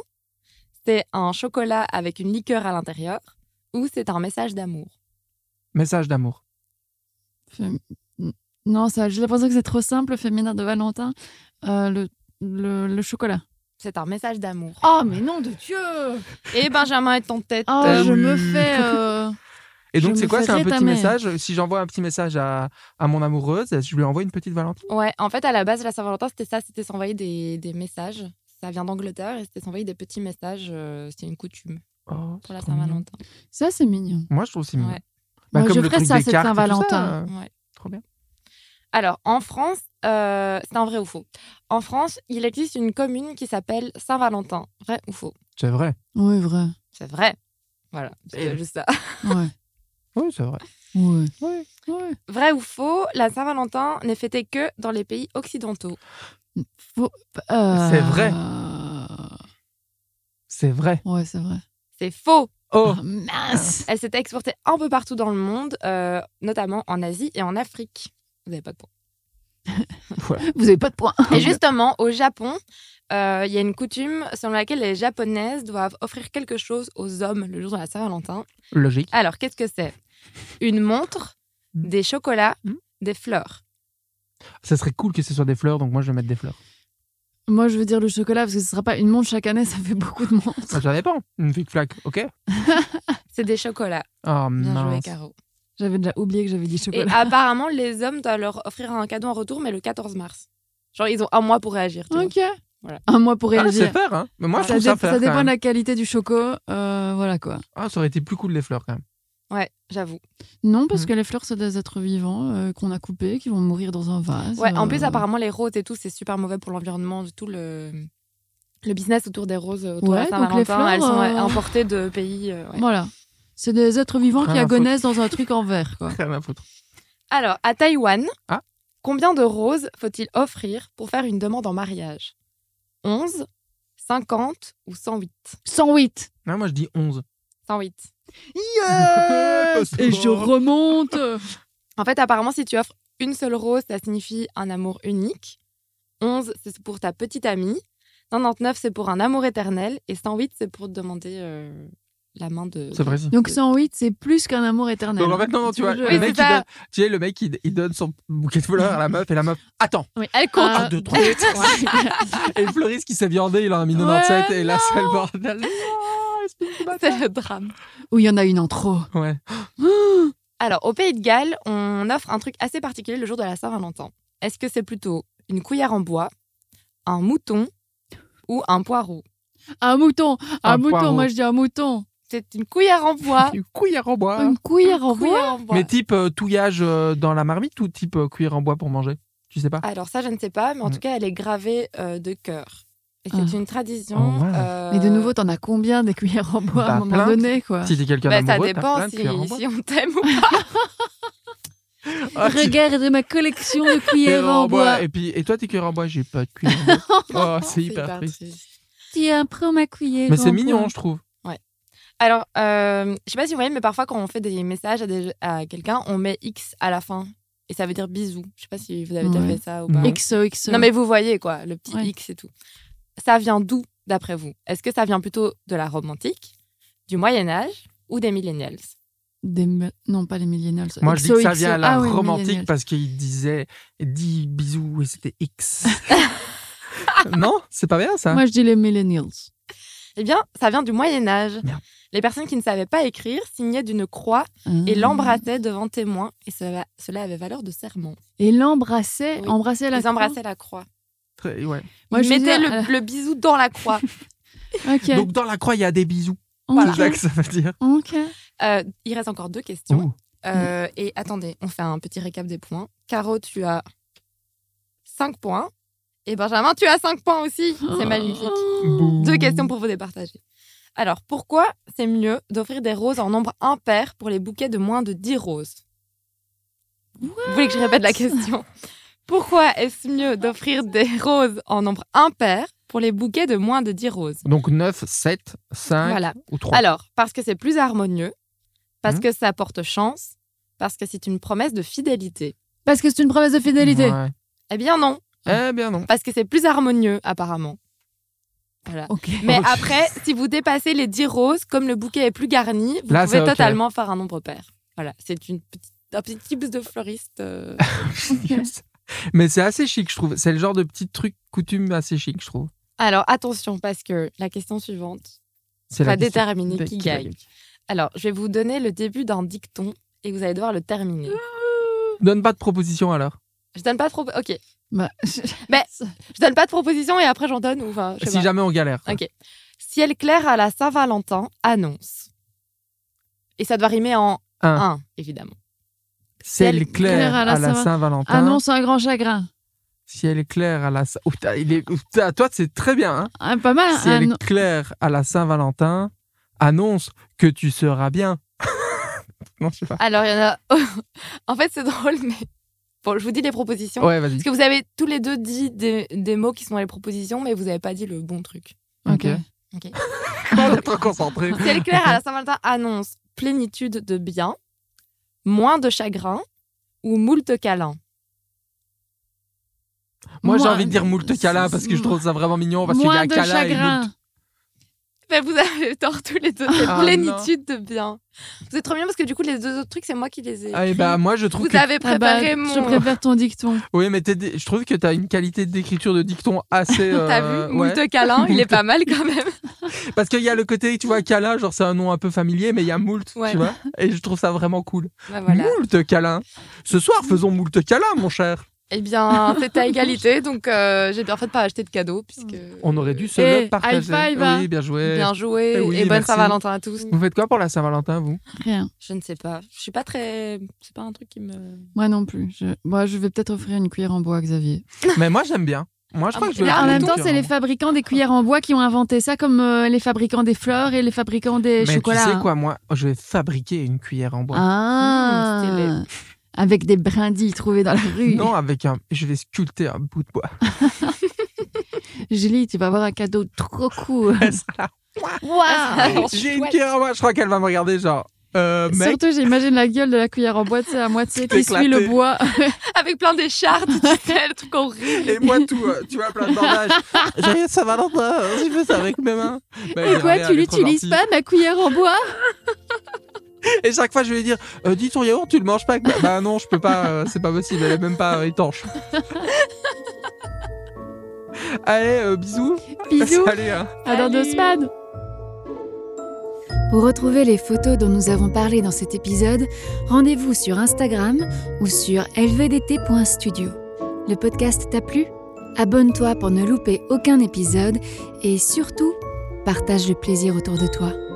[SPEAKER 4] C'est un chocolat avec une liqueur à l'intérieur ou c'est un message d'amour
[SPEAKER 3] Message d'amour.
[SPEAKER 2] Fem- Non, ça, j'ai l'impression que c'est trop simple, le féminin de Valentin. Euh, le, le, le chocolat.
[SPEAKER 4] C'est un message d'amour.
[SPEAKER 2] Oh, mais non de Dieu
[SPEAKER 4] Et Benjamin est en tête.
[SPEAKER 2] Oh,
[SPEAKER 3] Euh,
[SPEAKER 2] je
[SPEAKER 3] oui.
[SPEAKER 2] me
[SPEAKER 3] [laughs]
[SPEAKER 2] fais... euh,
[SPEAKER 3] Et
[SPEAKER 2] Je
[SPEAKER 3] donc
[SPEAKER 2] me
[SPEAKER 3] c'est quoi
[SPEAKER 2] fais
[SPEAKER 3] C'est un
[SPEAKER 2] rire ta
[SPEAKER 3] petit
[SPEAKER 2] mère.
[SPEAKER 3] message. Si j'envoie un petit message à, à mon amoureuse, je lui envoie une petite Valentine.
[SPEAKER 4] Ouais, en fait, à la base, la Saint-Valentin, c'était ça, c'était s'envoyer des, des messages. Ça vient d'Angleterre et c'était s'envoyer des petits messages. euh, c'est une coutume
[SPEAKER 3] Oh,
[SPEAKER 4] pour la
[SPEAKER 3] c'est trop mignon.
[SPEAKER 4] Saint-Valentin.
[SPEAKER 2] Ça, c'est mignon.
[SPEAKER 3] Moi, je trouve que c'est mignon.
[SPEAKER 4] Ouais.
[SPEAKER 3] Bah,
[SPEAKER 2] Moi,
[SPEAKER 3] comme
[SPEAKER 2] je
[SPEAKER 3] le
[SPEAKER 2] ferais
[SPEAKER 3] truc
[SPEAKER 2] ça,
[SPEAKER 3] des
[SPEAKER 2] cette
[SPEAKER 3] cartes et tout ça,
[SPEAKER 2] Saint-Valentin.
[SPEAKER 3] euh,
[SPEAKER 4] Ouais.
[SPEAKER 3] Trop bien.
[SPEAKER 4] Alors, en France, euh, c'est un vrai ou faux En France, il existe une commune qui s'appelle Saint-Valentin. Vrai ou faux
[SPEAKER 3] C'est vrai.
[SPEAKER 2] Oui, vrai.
[SPEAKER 4] C'est vrai. Voilà, c'est
[SPEAKER 3] Et-
[SPEAKER 4] juste ça. [laughs]
[SPEAKER 2] Ouais. [laughs]
[SPEAKER 3] Oui, c'est vrai.
[SPEAKER 2] ouais.
[SPEAKER 3] Ouais.
[SPEAKER 2] ouais.
[SPEAKER 4] Vrai ou faux La Saint-Valentin n'est fêtée que dans les pays occidentaux.
[SPEAKER 2] Faut- euh,
[SPEAKER 3] C'est vrai. C'est vrai.
[SPEAKER 2] Ouais, c'est vrai.
[SPEAKER 4] C'est faux
[SPEAKER 2] [laughs]
[SPEAKER 3] Oh,
[SPEAKER 2] Ah, mince
[SPEAKER 4] Elle s'est exportée un peu partout dans le monde, euh, notamment en Asie et en Afrique. Vous n'avez pas de points.
[SPEAKER 2] Vous avez pas de points.
[SPEAKER 4] Et justement, au Japon, euh, il y a une coutume selon laquelle les Japonaises doivent offrir quelque chose aux hommes le jour de la Saint-Valentin.
[SPEAKER 3] logique.
[SPEAKER 4] Alors, qu'est-ce que c'est Une montre,
[SPEAKER 3] Mm.
[SPEAKER 4] des chocolats,
[SPEAKER 3] Mm.
[SPEAKER 4] des fleurs.
[SPEAKER 3] Ça serait cool que ce soit des fleurs, donc moi, je vais mettre des fleurs.
[SPEAKER 2] Moi, je veux dire le chocolat, parce que ce sera pas une montre chaque année, [laughs] ça fait beaucoup de montres.
[SPEAKER 3] Ça dépend. Une flic flac, ok
[SPEAKER 4] C'est des chocolats.
[SPEAKER 3] Oh,
[SPEAKER 4] Bien joué,
[SPEAKER 3] mince.
[SPEAKER 4] Caro.
[SPEAKER 2] J'avais déjà oublié que j'avais dit
[SPEAKER 4] Et
[SPEAKER 2] chocolat.
[SPEAKER 4] apparemment, les hommes doivent leur offrir un cadeau en retour, mais le 14 mars. Genre, ils ont un mois pour réagir. tu vois.
[SPEAKER 2] Ok.
[SPEAKER 4] ah, Voilà.
[SPEAKER 2] Un mois pour
[SPEAKER 3] Ah, c'est
[SPEAKER 2] réagir.
[SPEAKER 3] faire, hein. Mais moi, je
[SPEAKER 2] ça,
[SPEAKER 3] trouve ça
[SPEAKER 2] dé-
[SPEAKER 3] faire.
[SPEAKER 2] ça
[SPEAKER 3] quand
[SPEAKER 2] dépend de
[SPEAKER 3] même.
[SPEAKER 2] la qualité du choco. euh, voilà quoi.
[SPEAKER 3] Ah, ça aurait été plus cool les fleurs quand même. [laughs]
[SPEAKER 4] Ouais, j'avoue.
[SPEAKER 2] Non,
[SPEAKER 4] Mm.
[SPEAKER 2] parce que les fleurs, c'est des êtres vivants euh, qu'on a coupés, qui vont mourir dans un vase.
[SPEAKER 4] Ouais, en plus,
[SPEAKER 2] euh,
[SPEAKER 4] apparemment, les roses et tout, c'est super mauvais pour l'environnement, tout le. Le business autour des roses, autour
[SPEAKER 2] Ouais,
[SPEAKER 4] de la
[SPEAKER 2] donc les
[SPEAKER 4] Saint-Valentin, elles sont
[SPEAKER 2] fleurs,
[SPEAKER 4] euh,
[SPEAKER 2] euh,
[SPEAKER 4] importées de pays. euh, ouais.
[SPEAKER 2] Voilà. C'est des êtres vivants
[SPEAKER 3] Rien
[SPEAKER 2] qui
[SPEAKER 3] à foutre.
[SPEAKER 2] agonisent dans un truc en verre,
[SPEAKER 4] [laughs]
[SPEAKER 2] quoi.
[SPEAKER 3] Rien à foutre.
[SPEAKER 4] Alors, à Taïwan,
[SPEAKER 3] Ah.
[SPEAKER 4] combien de roses faut-il offrir pour faire une demande en mariage 11, 50 ou 108
[SPEAKER 2] 108
[SPEAKER 3] Non, moi je dis 11.
[SPEAKER 4] 108.
[SPEAKER 3] [laughs] Yes
[SPEAKER 2] Et je remonte
[SPEAKER 4] En fait, apparemment, si tu offres une seule rose, ça signifie un amour unique. 11, c'est pour ta petite amie. 99, c'est pour un amour éternel. Et 108, c'est pour te demander euh, la main de.
[SPEAKER 3] C'est précis.
[SPEAKER 2] Donc 108, c'est plus qu'un amour éternel.
[SPEAKER 3] Donc en fait, non, non, tu vois,
[SPEAKER 2] Je-
[SPEAKER 4] Oui,
[SPEAKER 3] le mec,
[SPEAKER 4] c'est
[SPEAKER 3] il
[SPEAKER 4] ça.
[SPEAKER 3] donne, tu sais, le mec, il, il donne son bouquet de fleurs à la meuf et la meuf, attends.
[SPEAKER 2] Oui, elle compte.
[SPEAKER 3] Un, Ah, deux, trois. Et le fleuriste qui s'est viandé, il en a mis 97
[SPEAKER 2] Ouais,
[SPEAKER 3] et là, c'est le bordel. Ah, espèce de bâtard.
[SPEAKER 4] [laughs] C'est le drame.
[SPEAKER 2] [laughs] Ou il y en a une en trop.
[SPEAKER 3] Ouais.
[SPEAKER 4] Alors, au Pays de Galles, on offre un truc assez particulier le jour de la Saint-Valentin. Est-ce que c'est plutôt une cuillère en bois, un mouton ou un poireau
[SPEAKER 2] Un mouton, un,
[SPEAKER 3] Un
[SPEAKER 2] mouton,
[SPEAKER 3] poireau.
[SPEAKER 2] moi je dis un mouton.
[SPEAKER 4] C'est une cuillère en bois.
[SPEAKER 3] Du [laughs] cuillère en bois.
[SPEAKER 2] Une [laughs] cuillère en bois.
[SPEAKER 4] Cuillère en bois.
[SPEAKER 3] Mais type euh, touillage euh, dans la marmite ou type euh, cuillère en bois pour manger Tu sais pas
[SPEAKER 4] Alors ça, je ne sais pas, mais en
[SPEAKER 3] Mm.
[SPEAKER 4] tout cas, elle est gravée euh, de cœur. Et
[SPEAKER 2] Ah.
[SPEAKER 4] c'est une tradition.
[SPEAKER 3] Oh, wow.
[SPEAKER 4] euh,
[SPEAKER 2] Mais de nouveau, t'en as combien des cuillères en bois à un
[SPEAKER 3] Bah,
[SPEAKER 2] moment
[SPEAKER 3] plein.
[SPEAKER 2] donné, quoi
[SPEAKER 3] Si t'es quelqu'un
[SPEAKER 4] bah, ça
[SPEAKER 3] d'amoureux, t'as plein
[SPEAKER 4] dépend
[SPEAKER 3] de
[SPEAKER 4] si,
[SPEAKER 3] cuillères en bois.
[SPEAKER 4] si on t'aime ou pas.
[SPEAKER 3] Ah, tu-
[SPEAKER 2] Regarde ma collection de
[SPEAKER 3] cuillère
[SPEAKER 2] cuillères en bois.
[SPEAKER 3] Et puis, et toi, t'es cuillère en bois J'ai pas de cuillère en bois. Oh, c'est hyper triste.
[SPEAKER 2] Tiens, prends ma cuillère.
[SPEAKER 3] Mais
[SPEAKER 2] en
[SPEAKER 3] c'est mignon,
[SPEAKER 2] bois.
[SPEAKER 3] je trouve.
[SPEAKER 4] Alors, euh, je sais pas si vous voyez, mais parfois quand on fait des messages à, des- à quelqu'un, on met X à la fin. Et ça veut dire bisous. Je sais pas si vous avez déjà
[SPEAKER 2] Ouais.
[SPEAKER 4] fait ça ou pas.
[SPEAKER 3] Non.
[SPEAKER 2] XO, XO.
[SPEAKER 4] Non, mais vous voyez quoi, le petit
[SPEAKER 2] Ouais.
[SPEAKER 4] X et tout. Ça vient d'où, d'après vous Est-ce que ça vient plutôt de la Rome antique, du Moyen-Âge ou des millennials
[SPEAKER 2] Des me- Non, pas les millennials.
[SPEAKER 3] Moi, je dis
[SPEAKER 2] XO,
[SPEAKER 3] que ça vient à la
[SPEAKER 2] Ah oui, les
[SPEAKER 3] romantique
[SPEAKER 2] millennials.
[SPEAKER 3] parce qu'il disait 10 bisous et c'était X. non, c'est pas bien ça.
[SPEAKER 2] Moi, je dis les millennials.
[SPEAKER 4] Eh bien, ça vient du Moyen-Âge.
[SPEAKER 3] Merde.
[SPEAKER 4] Les personnes qui ne savaient pas écrire signaient d'une croix et
[SPEAKER 2] Ah. Mmh.
[SPEAKER 4] l'embrassait devant témoins, et cela, cela avait valeur de serment.
[SPEAKER 2] Et l'embrasser,
[SPEAKER 4] Oui.
[SPEAKER 2] embrasser la
[SPEAKER 4] Ils embrassaient la croix.
[SPEAKER 3] Très- ouais.
[SPEAKER 2] Moi,
[SPEAKER 4] Ils
[SPEAKER 2] je euh,
[SPEAKER 4] mettaient
[SPEAKER 2] disais,
[SPEAKER 4] le, le bisou dans
[SPEAKER 2] [laughs]
[SPEAKER 4] la croix.
[SPEAKER 2] croix. Ok.
[SPEAKER 3] Donc dans la croix, il y a des bisous.
[SPEAKER 2] ok,
[SPEAKER 3] C'est ça que ça veut dire.
[SPEAKER 2] ok.
[SPEAKER 4] Euh, il reste encore deux questions.
[SPEAKER 3] Ouh.
[SPEAKER 4] Euh, et attendez, on fait un petit récap des points. Caro, tu as 5 points. Et Benjamin, tu as 5 points aussi.
[SPEAKER 2] Oh.
[SPEAKER 4] C'est magnifique.
[SPEAKER 3] Bouh.
[SPEAKER 4] Deux questions pour vous départager. Alors, pourquoi c'est mieux d'offrir des roses en nombre impair pour les bouquets de moins de 10 roses Vous voulez que je répète la question Pourquoi est-ce mieux d'offrir des roses en nombre impair pour les bouquets de moins de 10 roses
[SPEAKER 3] Donc 9, 7, 5
[SPEAKER 4] Voilà.
[SPEAKER 3] ou 3.
[SPEAKER 4] Alors, parce que c'est plus harmonieux, parce
[SPEAKER 3] Mhm.
[SPEAKER 4] que ça porte chance, parce que c'est une promesse de fidélité.
[SPEAKER 2] Parce que c'est une promesse de fidélité.
[SPEAKER 3] Ouais.
[SPEAKER 4] Eh bien non,
[SPEAKER 3] Eh bien
[SPEAKER 4] [laughs]
[SPEAKER 3] non.
[SPEAKER 4] parce que c'est plus harmonieux apparemment. Voilà.
[SPEAKER 2] Ok.
[SPEAKER 4] Mais
[SPEAKER 3] Ok.
[SPEAKER 4] après, si vous dépassez les 10 roses, comme le bouquet est plus garni, vous
[SPEAKER 3] Là,
[SPEAKER 4] pouvez
[SPEAKER 3] c'est ok.
[SPEAKER 4] totalement faire un nombre pair. Voilà, c'est une petite- un petit tips de
[SPEAKER 3] [laughs]
[SPEAKER 4] fleuriste. euh.
[SPEAKER 3] Yes. Mais c'est assez chic, je trouve. C'est le genre de petit truc coutume assez chic, je trouve.
[SPEAKER 4] Alors attention, parce que la question suivante
[SPEAKER 3] C'est
[SPEAKER 4] va
[SPEAKER 3] la question
[SPEAKER 4] déterminer
[SPEAKER 3] de-
[SPEAKER 4] qui gagne. Alors, je vais vous donner le début d'un dicton et vous allez devoir le terminer.
[SPEAKER 3] Donne pas de proposition alors.
[SPEAKER 4] Je donne pas de propo- ok.
[SPEAKER 2] Bah, [laughs]
[SPEAKER 3] Hein
[SPEAKER 2] je-
[SPEAKER 4] Mais- Je donne pas de proposition et après j'en donne ou enfin, je sais
[SPEAKER 3] Si
[SPEAKER 4] pas.
[SPEAKER 3] jamais on galère.
[SPEAKER 4] Ok. Ciel clair à la Saint-Valentin annonce. Et ça doit rimer en
[SPEAKER 3] Un.
[SPEAKER 4] 1, évidemment.
[SPEAKER 3] Ciel
[SPEAKER 4] Ciel
[SPEAKER 3] clair à la
[SPEAKER 2] Saint-
[SPEAKER 3] Saint-Valentin.
[SPEAKER 2] Annonce un grand chagrin.
[SPEAKER 3] Ciel clair à la Saint... Ouh, t'as- il est... Ouh, t'as- toi, c'est très bien. Hein
[SPEAKER 2] Ah, pas mal.
[SPEAKER 3] Ciel
[SPEAKER 2] un-
[SPEAKER 3] clair à la Saint-Valentin annonce que tu seras bien. [laughs] non, je sais pas.
[SPEAKER 4] Alors, il y en a. [laughs] en fait, c'est drôle, mais. Bon, je vous dis les propositions.
[SPEAKER 3] Ouais, vas-y.
[SPEAKER 4] Parce que vous avez tous les deux dit des, des mots qui sont dans les propositions, mais vous n'avez pas dit le bon truc.
[SPEAKER 2] Ok.
[SPEAKER 4] Ok.
[SPEAKER 3] [laughs] On est trop concentré.
[SPEAKER 4] Ciel clair à la Saint-Valentin annonce plénitude de bien, moins de chagrin ou moult câlin.
[SPEAKER 3] Moi, j'ai
[SPEAKER 2] Moins-
[SPEAKER 3] envie de dire moult câlin parce que je trouve ça vraiment mignon parce qu'il y
[SPEAKER 2] Moins
[SPEAKER 3] a
[SPEAKER 2] de
[SPEAKER 3] câlin et
[SPEAKER 2] chagrin.
[SPEAKER 3] moult.
[SPEAKER 4] Ben, vous avez tort tous les deux. C'est
[SPEAKER 3] Ah,
[SPEAKER 4] plénitude de bien. Vous êtes trop bien parce que du coup, les deux autres trucs, c'est moi qui les ai.
[SPEAKER 3] Ah, et
[SPEAKER 4] écrits.
[SPEAKER 3] bah, moi, je trouve
[SPEAKER 4] vous
[SPEAKER 3] que...
[SPEAKER 4] avez
[SPEAKER 2] Ah bah,
[SPEAKER 4] préparé
[SPEAKER 2] Je
[SPEAKER 4] mon.
[SPEAKER 2] préfère ton dicton.
[SPEAKER 3] Oui, mais t'es dé- je trouve que t'as une qualité d'écriture de dicton assez... euh,
[SPEAKER 4] [laughs] T'as vu,
[SPEAKER 3] ouais.
[SPEAKER 4] moult câlin,
[SPEAKER 3] [laughs]
[SPEAKER 4] il est pas mal quand même.
[SPEAKER 3] Parce qu'il y a le côté, tu vois, câlin, genre c'est un nom un peu familier, mais il y a moult,
[SPEAKER 4] Ouais.
[SPEAKER 3] tu vois. Et je trouve ça vraiment cool.
[SPEAKER 4] Ben, voilà.
[SPEAKER 3] Moult câlin. Ce soir, faisons moult câlin, mon cher.
[SPEAKER 4] Eh bien, c'était à égalité, donc euh, j'ai bien fait de pas acheter de cadeaux puisque.
[SPEAKER 3] On aurait dû se
[SPEAKER 2] Eh,
[SPEAKER 3] le partager.
[SPEAKER 2] high five, hein.
[SPEAKER 3] oui, bien joué.
[SPEAKER 4] Bien
[SPEAKER 3] Eh
[SPEAKER 4] joué
[SPEAKER 3] oui,
[SPEAKER 4] et bonne
[SPEAKER 3] merci. Mm.
[SPEAKER 4] Saint-Valentin à tous.
[SPEAKER 3] Vous faites quoi pour la Saint-Valentin, vous
[SPEAKER 2] Rien.
[SPEAKER 4] Je ne sais pas. Je suis pas très. C'est pas un truc qui me.
[SPEAKER 2] Moi non plus. Je... Moi, je vais peut-être offrir une cuillère en bois à Xavier.
[SPEAKER 3] Mais moi, j'aime bien. Moi, je
[SPEAKER 4] Ah,
[SPEAKER 3] crois que je
[SPEAKER 4] mais
[SPEAKER 3] vais
[SPEAKER 4] en
[SPEAKER 2] en
[SPEAKER 3] faire
[SPEAKER 2] même
[SPEAKER 3] des
[SPEAKER 2] temps,
[SPEAKER 3] trucs,
[SPEAKER 2] c'est les
[SPEAKER 3] hein.
[SPEAKER 2] fabricants des cuillères en bois qui ont inventé ça, comme euh, les fabricants des fleurs et les fabricants des
[SPEAKER 3] Mais
[SPEAKER 2] chocolats.
[SPEAKER 3] tu sais quoi, moi, je vais fabriquer une cuillère en bois.
[SPEAKER 2] Ah
[SPEAKER 4] Mmh, stylé.
[SPEAKER 2] Avec des brindilles trouvées dans la rue.
[SPEAKER 3] Non, avec un. Je vais sculpter un bout de bois.
[SPEAKER 2] Julie, tu vas avoir un cadeau trop
[SPEAKER 3] [laughs]
[SPEAKER 2] cool.
[SPEAKER 4] Ah, [laughs]
[SPEAKER 3] J'ai une
[SPEAKER 4] chouette.
[SPEAKER 3] cuillère en bois. Je crois qu'elle va me regarder genre. Euh, mec,
[SPEAKER 2] Surtout, j'imagine la gueule de la cuillère en bois, tu sais, à moitié qui
[SPEAKER 3] Éclatée.
[SPEAKER 2] suit le bois.
[SPEAKER 4] Avec plein d'écharpes, tu sais, le truc horrible.
[SPEAKER 3] et moi tout, euh, tu vois, plein de
[SPEAKER 2] [laughs]
[SPEAKER 3] bandages. J'ai une Saint-Valentin, euh, j'ai fait ça avec mes mains. Bah, il
[SPEAKER 2] Et
[SPEAKER 3] est
[SPEAKER 2] quoi,
[SPEAKER 3] allé,
[SPEAKER 2] tu
[SPEAKER 3] elle est trop
[SPEAKER 2] l'utilises
[SPEAKER 3] gentille.
[SPEAKER 2] pas, ma cuillère en bois
[SPEAKER 3] Et chaque fois, je vais lui dire euh, Dis ton yaourt, tu le manges pas Bah, bah non, je peux pas, euh, c'est pas possible, elle est même pas euh, étanche. Allez, euh, bisous.
[SPEAKER 2] Bisous,
[SPEAKER 3] Allez, hein.
[SPEAKER 2] à dans deux
[SPEAKER 4] Salut.
[SPEAKER 2] semaines
[SPEAKER 1] Pour retrouver les photos dont nous avons parlé dans cet épisode, rendez-vous sur Instagram ou sur lvdt.studio. Le podcast t'a plu Abonne-toi pour ne louper aucun épisode et surtout, partage le plaisir autour de toi.